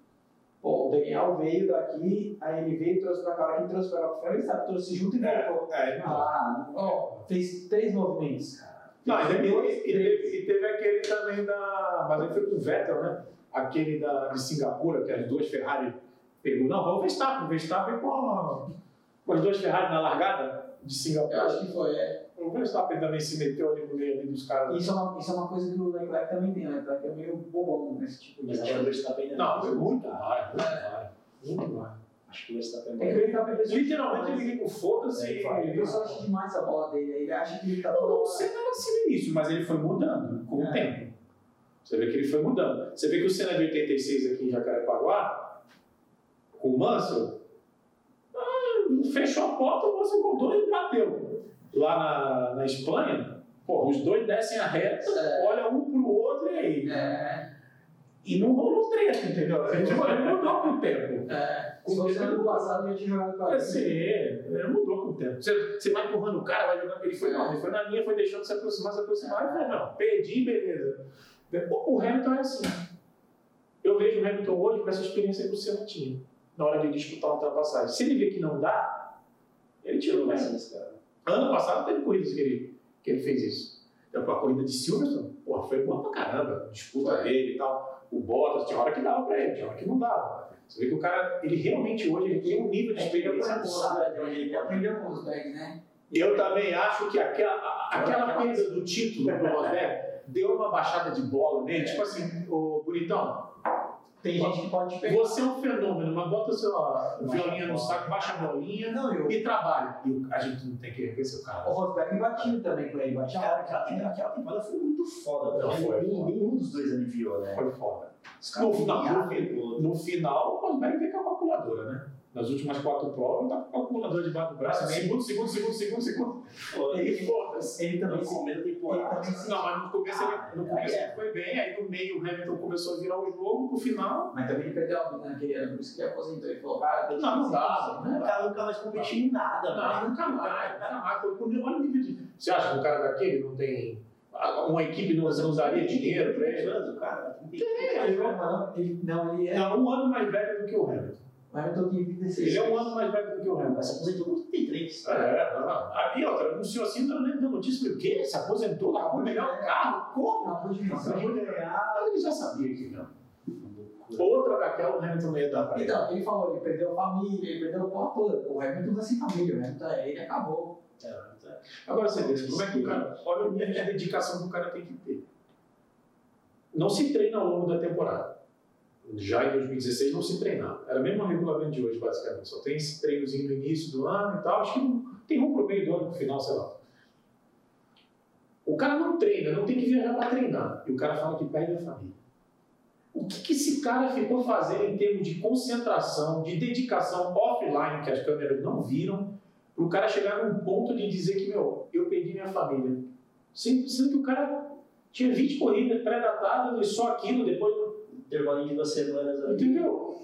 B: Pô, o Daniel veio daqui, aí ele veio, trouxe pra cá, ele trouxe pra cá, pra fora, ele sabe, trouxe junto e voltou.
C: É, não.
B: Ah, ó, fez três movimentos, cara.
C: Não, e teve,
B: Dois,
C: e teve- e teve aquele também da. Mas aí foi com o Vettel, né? Aquele da, de Singapura, que as duas Ferrari pegou. Não, foi o Verstappen. O Verstappen com, a- com as duas Ferrari na largada de
B: Eu
C: Singapura.
B: acho que foi, é.
C: O Verstappen também se meteu ali no meio ali dos caras.
B: Isso é, uma, isso é uma coisa que o Leclerc também tem, né? O Leclerc é meio bobão nesse tipo de
A: Mas acho que o
B: coisa.
A: Verstappen é-
C: Não, foi muito mais, muito mais. Muito mais.
A: Acho que o Verstappen
B: É que
A: é-
B: ele tá pensando-
C: Literalmente ele ligou foda-se.
A: É,
C: e-
B: O pessoal acha demais a bola dele, ele acha que ele tá
C: O Senna era assim no início, mas ele foi mudando com o
B: É.
C: tempo. Você vê que ele foi mudando. Você vê que o Senna de 86 aqui em Jacarepaguá, com o Mansell, ah, fechou a porta, o Mansell voltou e bateu. Lá na, na Espanha, porra, os dois descem a reta,
B: É.
C: olha um pro outro e aí.
B: É,
C: E não rolou treta, entendeu? Tipo, Ele mudou com o tempo.
B: é. Se fosse ano passado, eu tinha jogado com
C: Assim, ele mudou com o tempo. Você, você vai empurrando o cara, vai jogando. Ele foi, não, ele foi na linha, foi deixando se aproximar, se aproximar. Ele falou, não, perdi, beleza. O o Hamilton é assim. Eu vejo o Hamilton hoje com essa experiência que o Senna tinha na hora de disputar uma ultrapassagem. Se ele vê que não dá, ele tirou o Hamilton. Ano passado teve corridas que ele, que ele fez isso. Então, a corrida de Silverstone, porra, foi boa pra caramba. Disputa dele e tal. O Bottas, tinha hora que dava pra ele, tinha hora que não dava. Você vê que o cara, ele realmente hoje ele tem um
B: É,
C: nível de
A: É
C: experiência boa.
B: né? Ele aprendeu com os bags, né?
C: Eu também acho que aquela, a- aquela perda do título do Rosé deu uma baixada de bola
A: É.
C: nele. Tipo assim, ô bonitão,
B: Tem gente que pode te pegar.
C: você é um fenômeno, mas bota o seu violinha no saco, baixa a bolinha
B: Não, eu.
C: e trabalha. E a gente não tem que reconhecer o
B: O
C: cara.
B: Rosberg batia também com ele, batia
A: Cara,
B: hora
A: aquela, aquela, aquela temporada foi muito foda.
C: Não,
A: né?
C: foi.
A: Nenhum, nenhum dos dois aliviou, né?
C: Foi foda.
A: Os caras
C: No final,
A: brigaram,
C: no final. No final, o Rosberg tem com a calculadora, né? Nas últimas quatro provas, tá com a calculadora debaixo do braço. Segundo, segundo, segundo, segundo, segundo.
A: pô,
C: E foda-se.
B: Ele também
A: No
B: se.
A: começo da
B: Ele
A: temporada.
B: também se.
C: Não, mas no começo, ele, no começo
A: Ah, é.
C: ele foi bem, aí no meio o Hamilton começou a virar o jogo, no final
B: Mas também ele perdeu a vida naquele ano, por isso que ele aposentou. Ele falou, cara, tem que
C: Não, não dá,
B: né?
A: O cara nunca mais competiu em nada,
C: Não,
A: velho.
C: nunca mais, nunca mais. Foi por- Olha o nível de. Você acha que um cara daquele não tem. Uma equipe não, não daria dinheiro pra ele?
A: anos, o cara. Não tem-
C: Ele é um-
B: Não, ele, não, ele
C: ele
B: é.
C: é um ano mais velho do que o Hamilton.
B: O Hamilton tem 26.
C: Ele é um ano mais velho do que o Hamilton.
A: Mas se aposentou com 33.
C: É, é, é. E outra, anunciou assim, não lembro da notícia, falei, o quê? Se aposentou, largou o melhor carro? Como?
B: um Não, foi difícil.
C: Ah, ele já sabia que não. Outra daquela o Hamilton não ia dar pra ele.
B: Então, ele falou, ele perdeu a família, ele perdeu a porra toda. O Hamilton tá sem família, o Hamilton é ele acabou.
A: Então,
C: Agora você vê, como é que o cara. Olha o nível de dedicação que o cara tem que ter. Não se treina ao longo da temporada. Já em 2016 não se treinava. Era mesmo o regulamento de hoje, basicamente. Só tem esse treinozinho no início do ano e tal. Acho que não- tem um pro meio do ano, pro final, sei lá. O cara não treina, não tem que viajar para treinar. E o cara fala que perde a família. O que, que esse cara ficou fazendo em termos de concentração, de dedicação offline, que as câmeras não viram, para o cara chegar num ponto de dizer que, meu, eu perdi minha família. Sendo, sendo que o cara tinha 20 corridas pré-datadas e só aquilo, depois.
A: Intervalinho de duas semanas ali.
C: Entendeu?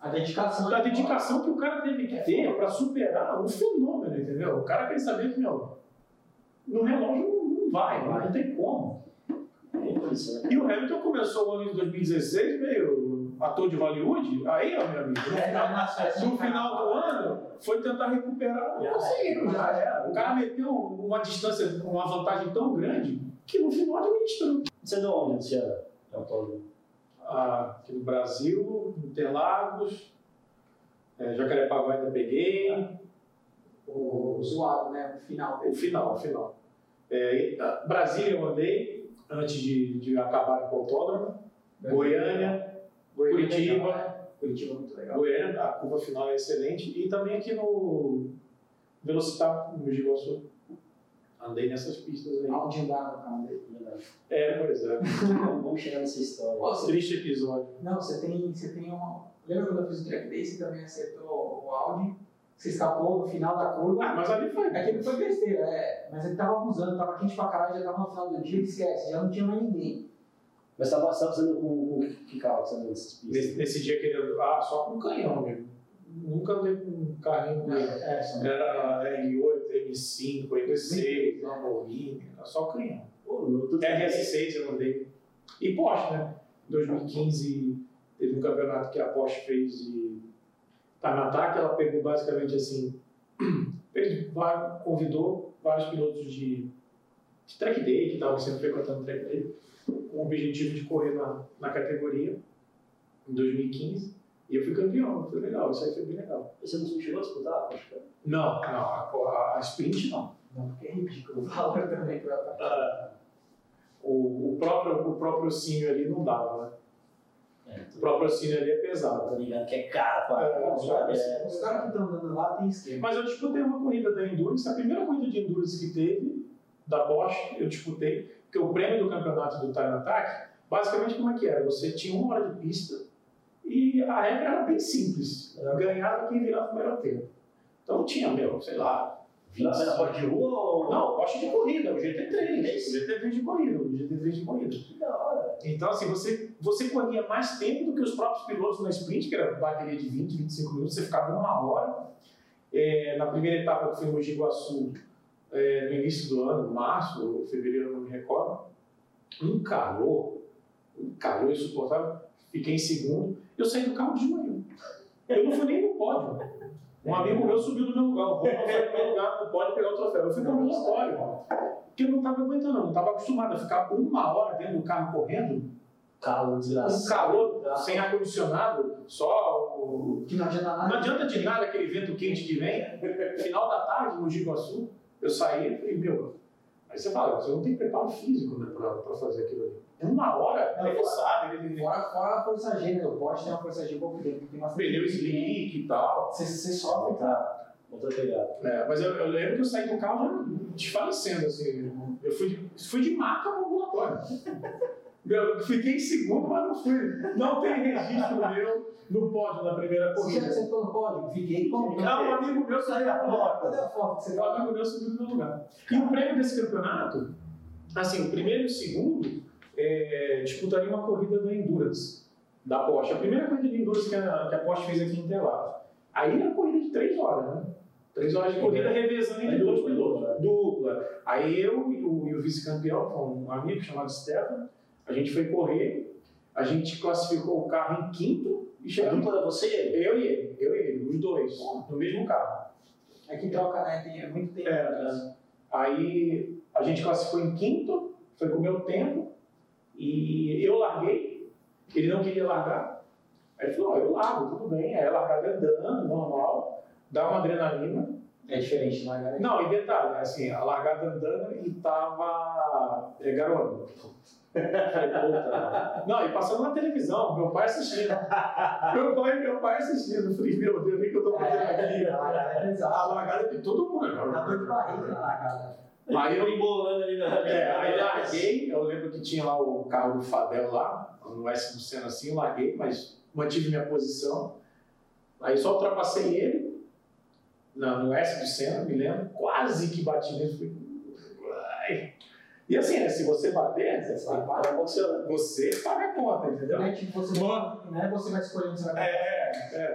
B: A dedicação.
C: Da dedicação que o cara teve que ter para superar um fenômeno, entendeu? O cara quer saber que, meu, No relógio não vai, não tem como.
A: É impressionante.
C: E o Hamilton começou o ano de 2016 meio ator de Hollywood, aí, ó, meu amigo, no final, no final do ano, foi tentar recuperar. Não
B: Já
C: conseguiu,
B: era.
C: já era. O cara meteu uma distância, uma vantagem tão grande, que no final administrou.
A: Você é de onde, Luciano? É autônomo.
C: Ah, aqui no Brasil, Interlagos, é, Jacarepaguá ainda peguei,
B: O zoado, né? O final
C: o
B: dele.
C: final, o final. É, e, ah, Brasília eu andei, antes de, de acabar com o autódromo, Goiânia,
B: Goiânia,
C: Curitiba.
B: né? Curitiba é muito legal.
C: Goiânia, a curva final é excelente, e também aqui no Velocitar, no Giguaçu, andei nessas pistas aí.
B: Aonde andava, cara?
C: É, por exemplo,
A: Vamos chegar nessa história.
B: Pô, você-
C: triste episódio.
B: Não, você tem, você tem uma. Lembra quando eu fiz o track day, você também acertou o Audi? Você escapou no final da curva.
C: Ah, mas ali foi.
B: Aquilo foi besteira, é. Mas ele tava abusando, tava quente pra caralho, já tava no final do dia, esquece, já não tinha mais ninguém.
A: Mas você tá um passando com, com que carro que você anda nessas tá pistas?
C: Nesse, nesse dia que ele andou, ah, só com canhão mesmo. Nunca andei com um carrinho com ele.
B: É, só-
C: Era R8, M5, M6, Lamborghini, era só canhão.
A: Pô, eu tô
C: É, RS6 eu andei. E Porsche, né? Em 2015 teve um campeonato que a Porsche fez de Tanataque, ela pegou basicamente assim, fez, vai- convidou vários pilotos de, de track day, que estavam sempre frequentando track day, com o objetivo de correr na, na categoria em 2015. E eu fui campeão, foi legal, isso aí foi bem legal.
A: Você não chegou a disputar? Acho que
C: Não, não, a, a- a sprint não.
B: Não, porque é ridículo o valor também pra pra-
C: Tá, O, o próprio o próprio sino ali não dava, né?
A: é.
C: O próprio sino ali é pesado.
A: Tá ligado que é caro, pá.
C: É,
A: Não,
C: os
A: sabe?
C: caras-
A: É.
B: assim, Os caras que estão andando lá tem esquema.
C: Mas eu disputei uma corrida da Endurance, a primeira corrida de Endurance que teve, da Bosch, eu disputei, porque o prêmio do campeonato do Time Attack, basicamente como é que era? Você tinha uma hora de pista e a regra era bem simples. Ganhava quem virava o melhor tempo. Então tinha, meu, sei lá,
A: Mas na porta de rua ou...
C: Não, Porsche de corrida, o GT3. O GT3 de corrida, o GT3 de corrida.
A: Que da hora.
C: Então, assim, você, você corria mais tempo do que os próprios pilotos na sprint, que era bateria de 20, 25 minutos, você ficava uma hora. É, na primeira etapa, que foi em Mogi Guaçu, é, no início do ano, março ou fevereiro, não me recordo, um calor, um calor insuportável, fiquei em segundo, eu saí do carro de manhã. Eu não fui nem no pódio. Um amigo meu subiu no meu lugar, o Roma foi no meu lugar no pódio pegar o troféu. Eu fui para o meu pódio, porque eu não estava aguentando, eu não estava acostumado a ficar uma hora dentro do carro correndo,
A: Carro
C: um
A: desgraçado.
C: calor sem ar-condicionado, só o...
B: Que não adianta nada.
C: Não adianta de nada aquele vento quente que vem. Final da tarde, no Giguaçu, eu saí e falei, meu... Aí você fala, você não tem preparo físico né, pra, pra fazer aquilo ali. Uma hora,
B: Não,
C: ele
B: fora-
C: sabe, ele ele-
B: Fora, fora a força G, né? O Porsche tem uma força G pouco dentro, tem uma
C: pneu slick e tal.
B: Você, você
A: Só
B: sofre, cara.
A: voltar. Outra pegada.
C: É, mas eu, eu lembro que eu saí do carro já desfalecendo, assim. Eu fui de, fui de maca no ambulatório. Eu fiquei em segundo, mas não fui. Não tem registro meu no pódio na primeira
B: Você
C: corrida.
B: já sentou no pódio? Fiquei com
C: Ah, um amigo meu saiu da porta.
B: Cadê a foto né? que você
C: Um
B: tá
C: amigo meu subiu no meu lugar. E o prêmio desse campeonato, assim, o primeiro e o segundo é, disputariam uma corrida da Endurance, da Porsche. A primeira corrida de Endurance que a, que a Porsche fez aqui em Interlagos. Aí era corrida de três horas, né? Três horas de corrida revezando entre
A: Aí
C: dois
A: dupla,
C: pilotos.
A: dupla.
C: Dupla. Aí eu e o, e o vice-campeão, que é um amigo chamado Stefan, a gente foi correr, a gente classificou o carro em quinto e
A: A
C: chegamos.
A: dupla é você?
C: Eu e ele, eu e ele, os dois, no mesmo carro.
B: É que troca, né? Tem, é muito tempo.
C: É, aí a gente classificou em quinto, foi com o meu tempo, e eu larguei, ele não queria largar. Aí ele falou, ó, eu largo, tudo bem. Aí a largada andando, normal, dá uma adrenalina.
B: É diferente, não é, galera?
C: né? Não, e detalhe, assim, a largada andando e tava é, garoto. Falei, puta. Não, e passando na televisão, meu pai assistindo. Meu pai, meu pai assistindo. Eu Falei, meu Deus, o que que eu tô fazendo aqui?
B: A largada é Tá
C: A
B: pesada.
C: largada que todo mundo. né?
B: Dá dor de barriga na largada.
C: Aí eu
B: né,
A: embolando ali na...
C: É, aí larguei, eu lembro que tinha lá o carro do Fabel lá, no S do Senna assim, eu larguei, mas mantive minha posição. Aí só ultrapassei ele, na- no S do Senna, me lembro, quase que bati nele, fui... Ai. E assim, né, se você bater, você paga, você paga a conta, entendeu?
B: Né? Não é tipo você, não é você vai escolher onde você vai
C: É, é.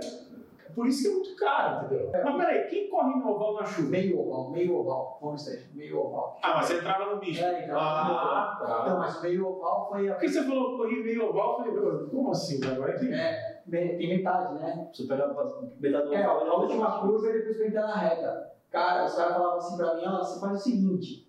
D: Por isso que é muito caro, entendeu? Mas peraí, quem corre no oval na
C: É.
D: chuva?
B: Meio oval, meio oval. Vamos, Sérgio, meio oval.
D: Ah, mas você entrava no bicho.
B: É, então,
D: Ah, tá.
B: Então, mas meio oval foi a.
D: Por que você falou corri meio oval? Eu falei, como assim? Agora tem.
B: É, me- tem metade, né?
A: Supera a metade do né?
B: É,
A: oval.
B: a última curva e depois pra entrar na reta. Cara, os caras falavam assim pra mim, ó, você faz o seguinte,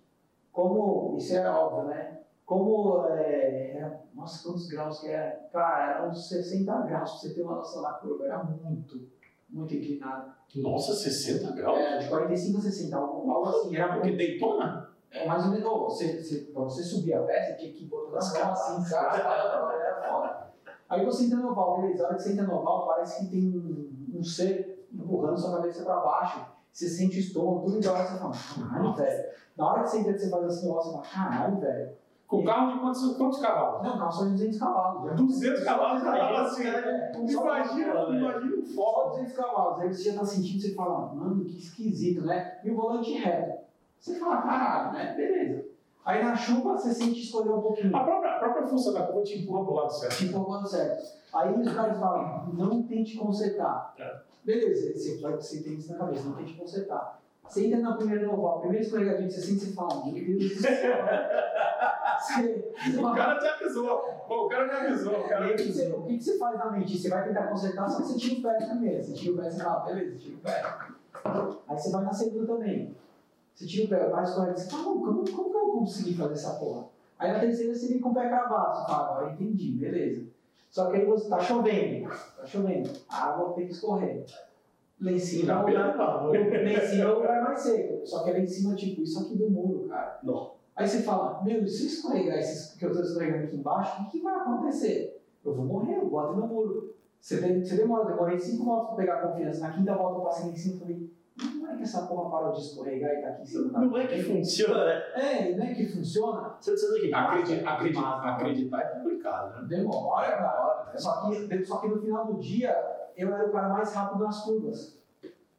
B: como, isso era óbvio, né? Como, é, era- nossa, quantos graus que era? Cara, era uns 60 graus, pra você ter uma noção da curva, era muito, muito inclinado.
D: Nossa, 60 graus?
B: Era de 45 a 60, algo, algo assim, era
D: Porque
B: muito.
D: Daytona?
B: É, mais ou menos, ó, você, você, pra você subir a peça, tinha que botar as caras assim, cara, era foda. Aí você entra no oval, beleza, a hora que você entra no oval, parece que tem um, um ser empurrando sua cabeça pra baixo, você sente o estômago, tudo e da hora você fala, caralho, velho. Na hora que você entra, que você faz assim, ó, você fala, caralho, velho.
D: Com carro de quantos, quantos cavalos?
B: Não, não, só de 200 cavalos. né? já.
D: 200 cavalos, já tava assim.
B: É, só-
D: Imagina,
A: velho.
D: imagina o
B: só
D: foda.
B: 200 cavalos. Aí você já tá sentindo, você fala, mano, que esquisito, né? E o volante reto. Você fala, caralho, né? Beleza. Aí na chuva você sente escolher um pouquinho.
D: A própria, a própria força da curva te empurra pro lado certo.
B: Tipo, quando certo. Aí os caras falam, não tente consertar. Beleza, você, claro que você tem isso na cabeça, não tente consertar. Você entra na primeira noval, primeiro escorregadinho que você sente, você fala, meu Deus do céu. Você- você
D: O
B: fala,
D: cara te avisou. Pô, o cara me avisou. O
B: e
D: cara
B: aí,
D: me
B: o que, você,
D: avisou.
B: o que que você faz na mente? Você vai tentar consertar, só que você tira o pé primeiro. Você tira o pé e fala, beleza, tira o pé. Aí você vai na segunda também. Você tira o pé, vai escorrer, você fala, "Não, como, como que eu consegui fazer essa porra? Aí na terceira você vem com o pé cravado, você fala, agora entendi, beleza. Só que aí você tá chovendo, tá chovendo, a água tem que escorrer. Lá em cima é o lugar,
D: Capela,
B: lá em cima é o lugar mais seco. Só que lá em cima, tipo, isso aqui do muro, cara.
A: Não.
B: Aí você fala, meu, se eu escorregar esses que eu estou escorregando aqui embaixo, o que vai acontecer? Eu vou morrer, eu boto no muro. Você, de- você demora, eu demorei cinco voltas para pegar confiança. Na quinta volta eu passei em cima e falei, como é que essa porra parou de escorregar e tá aqui em cima? da
A: Não é que
B: parede?"
A: funciona, né?
B: É, não é que funciona?
A: Você precisa do quê?
D: Acredi- acredi-
A: Massa.
D: Acreditar é complicado, né?
B: Demora, cara. Só que, só que no final do dia, eu era o cara mais rápido nas curvas.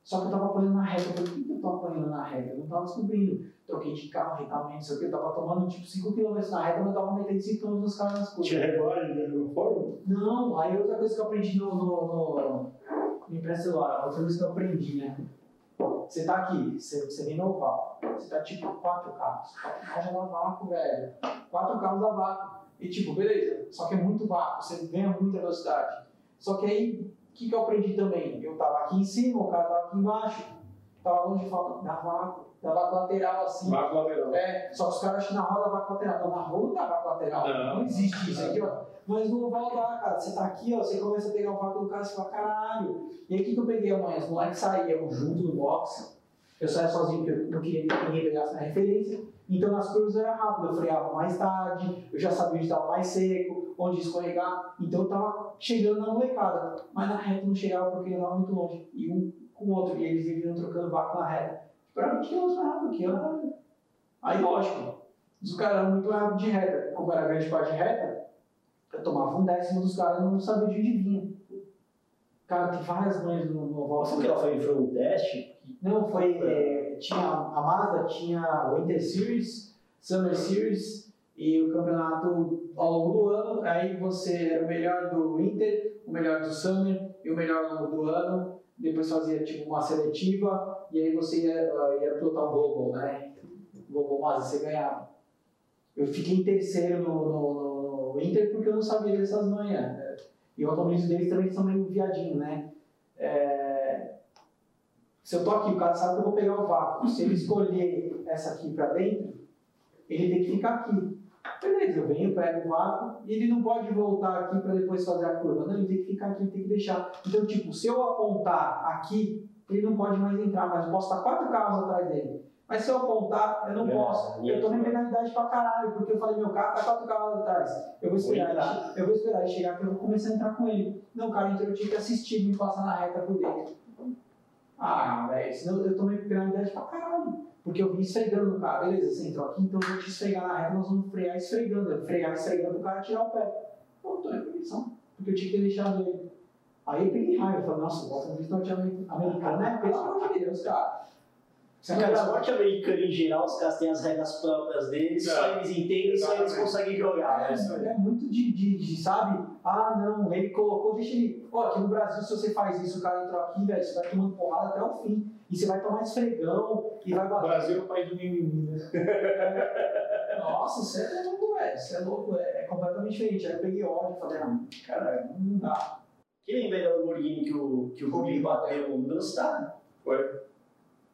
B: Só que eu tava apanhando na reta. Eu falei, por que que eu tô apanhando na reta? Eu não tava descobrindo. Troquei de carro, retalmente, não sei o que. Eu tava tomando tipo 5km na reta, mas eu tava metendo 5km nos caras nas curvas.
D: recolhe, né? Fora.
B: Não, aí outra coisa que eu aprendi no. no, no me empresta o celular, outra coisa que eu aprendi, né? Você tá aqui, você, você vem no oval, você tá tipo quatro carros, quatro carros a vácuo, velho. Quatro carros a vácuo. E tipo, beleza, só que é muito vácuo, você ganha muita velocidade. Só que aí, o que, que eu aprendi também? Eu tava aqui em cima, o cara tava aqui embaixo, tava longe de fala, dá vácuo, dá vácuo lateral assim.
D: Vago lateral.
B: É, só que os caras acham que na roda vai lateral. Não, na roda vai lateral.
D: Não.
B: Não, existe isso aqui, ó. Mas não volta lá, cara. Você tá aqui, ó. Você começa a pegar o vácuo do cara, você fala, caralho. E aí o que, que eu peguei amanhã? Os moleques saíam junto do box. Eu saía sozinho porque eu não queria que ninguém pegasse na referência. Então as curvas era rápido. Eu freava mais tarde, eu já sabia onde estava mais seco, onde escorregar. Então eu tava chegando na molecada. Mas na reta não chegava porque eu tava muito longe. E um com o outro. E eles viviam trocando vácuo na reta. Tipo, Pra mim, tinha mais rápido que eu. né? Aí, lógico, os caras eram muito rápido de reta. Como era grande parte de reta, eu tomava um décimo dos caras e não sabia de onde vinha. Cara, tem várias manhas no, no oval.
A: Sabe que ela foi, foi um teste?
B: Não, foi. eh, tinha, a Mazda tinha o Winter Series, Summer Series e o campeonato ao longo do ano. Aí você era o melhor do Winter, o melhor do Summer e o melhor ao longo do ano. Depois fazia tipo uma seletiva e aí você ia, ia pilotar o Global, né? Global Mazda, você ganhava. Eu fiquei em terceiro no, no, no Inter porque eu não sabia dessas manhas. né? E o automobilismo deles também são meio viadinho, né? É, se eu tô aqui, o cara sabe que eu vou pegar o vácuo. Se ele escolher essa aqui pra dentro, ele tem que ficar aqui. Beleza, eu venho, pego o vácuo e ele não pode voltar aqui pra depois fazer a curva. Não, ele tem que ficar aqui, ele tem que deixar. Então, tipo, se eu apontar aqui, ele não pode mais entrar, mas eu posso estar quatro carros atrás dele. Mas se eu apontar, eu não
A: É,
B: posso. Eu tomei penalidade pra caralho, porque eu falei, meu carro tá quatro carros atrás. Eu vou esperar,
A: Vou
B: ele, che- eu vou esperar ele chegar que eu vou começar a entrar com ele. Não, cara, então eu tinha que assistir, me passar na reta por dentro. Ah, velho, senão eu tomei penalidade pra caralho. Porque eu vim esfregando o cara. Beleza, você entrou aqui, então eu vou te esfregar na reta, nós vamos frear esfregando. Eu frear esfregando o cara tirar o pé. Pô, tô em punição. Porque eu tinha que ter deixado ele. né? Aí eu peguei raiva, eu falei, nossa, o Botafogo norte-americano é pelo amor de Deus, cara.
A: Cara, o esporte americano em geral, os caras têm as regras próprias deles,
C: É.
A: só eles entendem, só eles
C: Exatamente.
A: conseguem jogar.
B: É,
A: né?
B: isso é muito de, de- de, sabe? Ah, não, ele colocou, deixa ele. Ó, aqui no Brasil, se você faz isso, o cara entrou aqui, velho, você vai tomando porrada até o fim. E você vai tomar esfregão e vai
C: O
B: bater.
C: Brasil
D: um
C: é o país do mimimi, né?
B: Nossa, você é louco, velho. Você é louco, é, é completamente diferente. Aí eu peguei ódio e falei, ah, cara, não dá.
A: Que nem velho, a Lamborghini que o, que o Rubinho bateu no Dunstar.
C: Foi.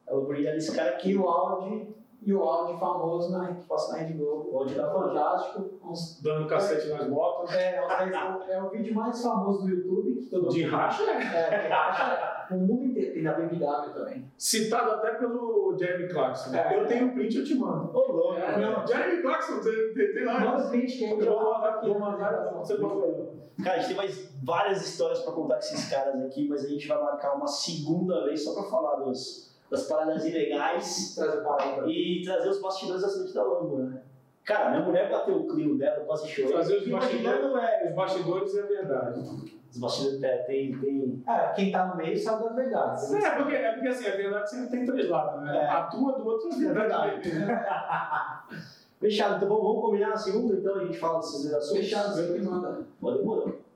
A: A Lamborghini era esse cara
B: E
A: que
B: o Audi, e o Audi famoso na, que passa na Rede Globo.
A: o Audi tá falando.
B: Fantástico. uns-
C: Dando cacete nas motos.
B: é, uns dez- é, o vídeo mais famoso do YouTube. que todo mundo-
C: De racha, né?
B: É, que acha o mundo inteiro. Tem na BMW também.
C: Citado até pelo Jeremy Clarkson.
B: É.
C: Eu tenho um print, eu te mando.
A: Ô, louco. né?
B: É,
C: Não, Jeremy Clarkson, tem, tem, tem lá.
B: Manda o print que a gente é
C: Eu
B: vai
C: vou mandar
B: aqui
C: aqui, vou
B: na
C: mandar.
B: apresentação.
C: Você pode
A: Cara, a gente tem mais várias histórias pra contar com esses caras aqui, mas a gente vai marcar uma segunda vez só pra falar dos, das paradas ilegais
B: Traz o pau aí pra mim.
A: e trazer os bastidores da frente da Lambo, né? Cara, minha mulher bateu o clio dela, quase chorei.
C: Trazer os
A: Fico imaginando, velho.
C: Os bastidores é verdade.
A: Os bastidores é, tem, tem.
B: É, quem tá no meio sabe das verdades.
C: É, porque, é porque assim, a verdade sempre tem três lados, né?
A: É.
C: A tua do outro é a verdade.
A: tá Fechado, então vamos, vamos combinar na segunda, então a gente fala desses assuntos.
B: Fechado, você que manda.
A: Pode demorar.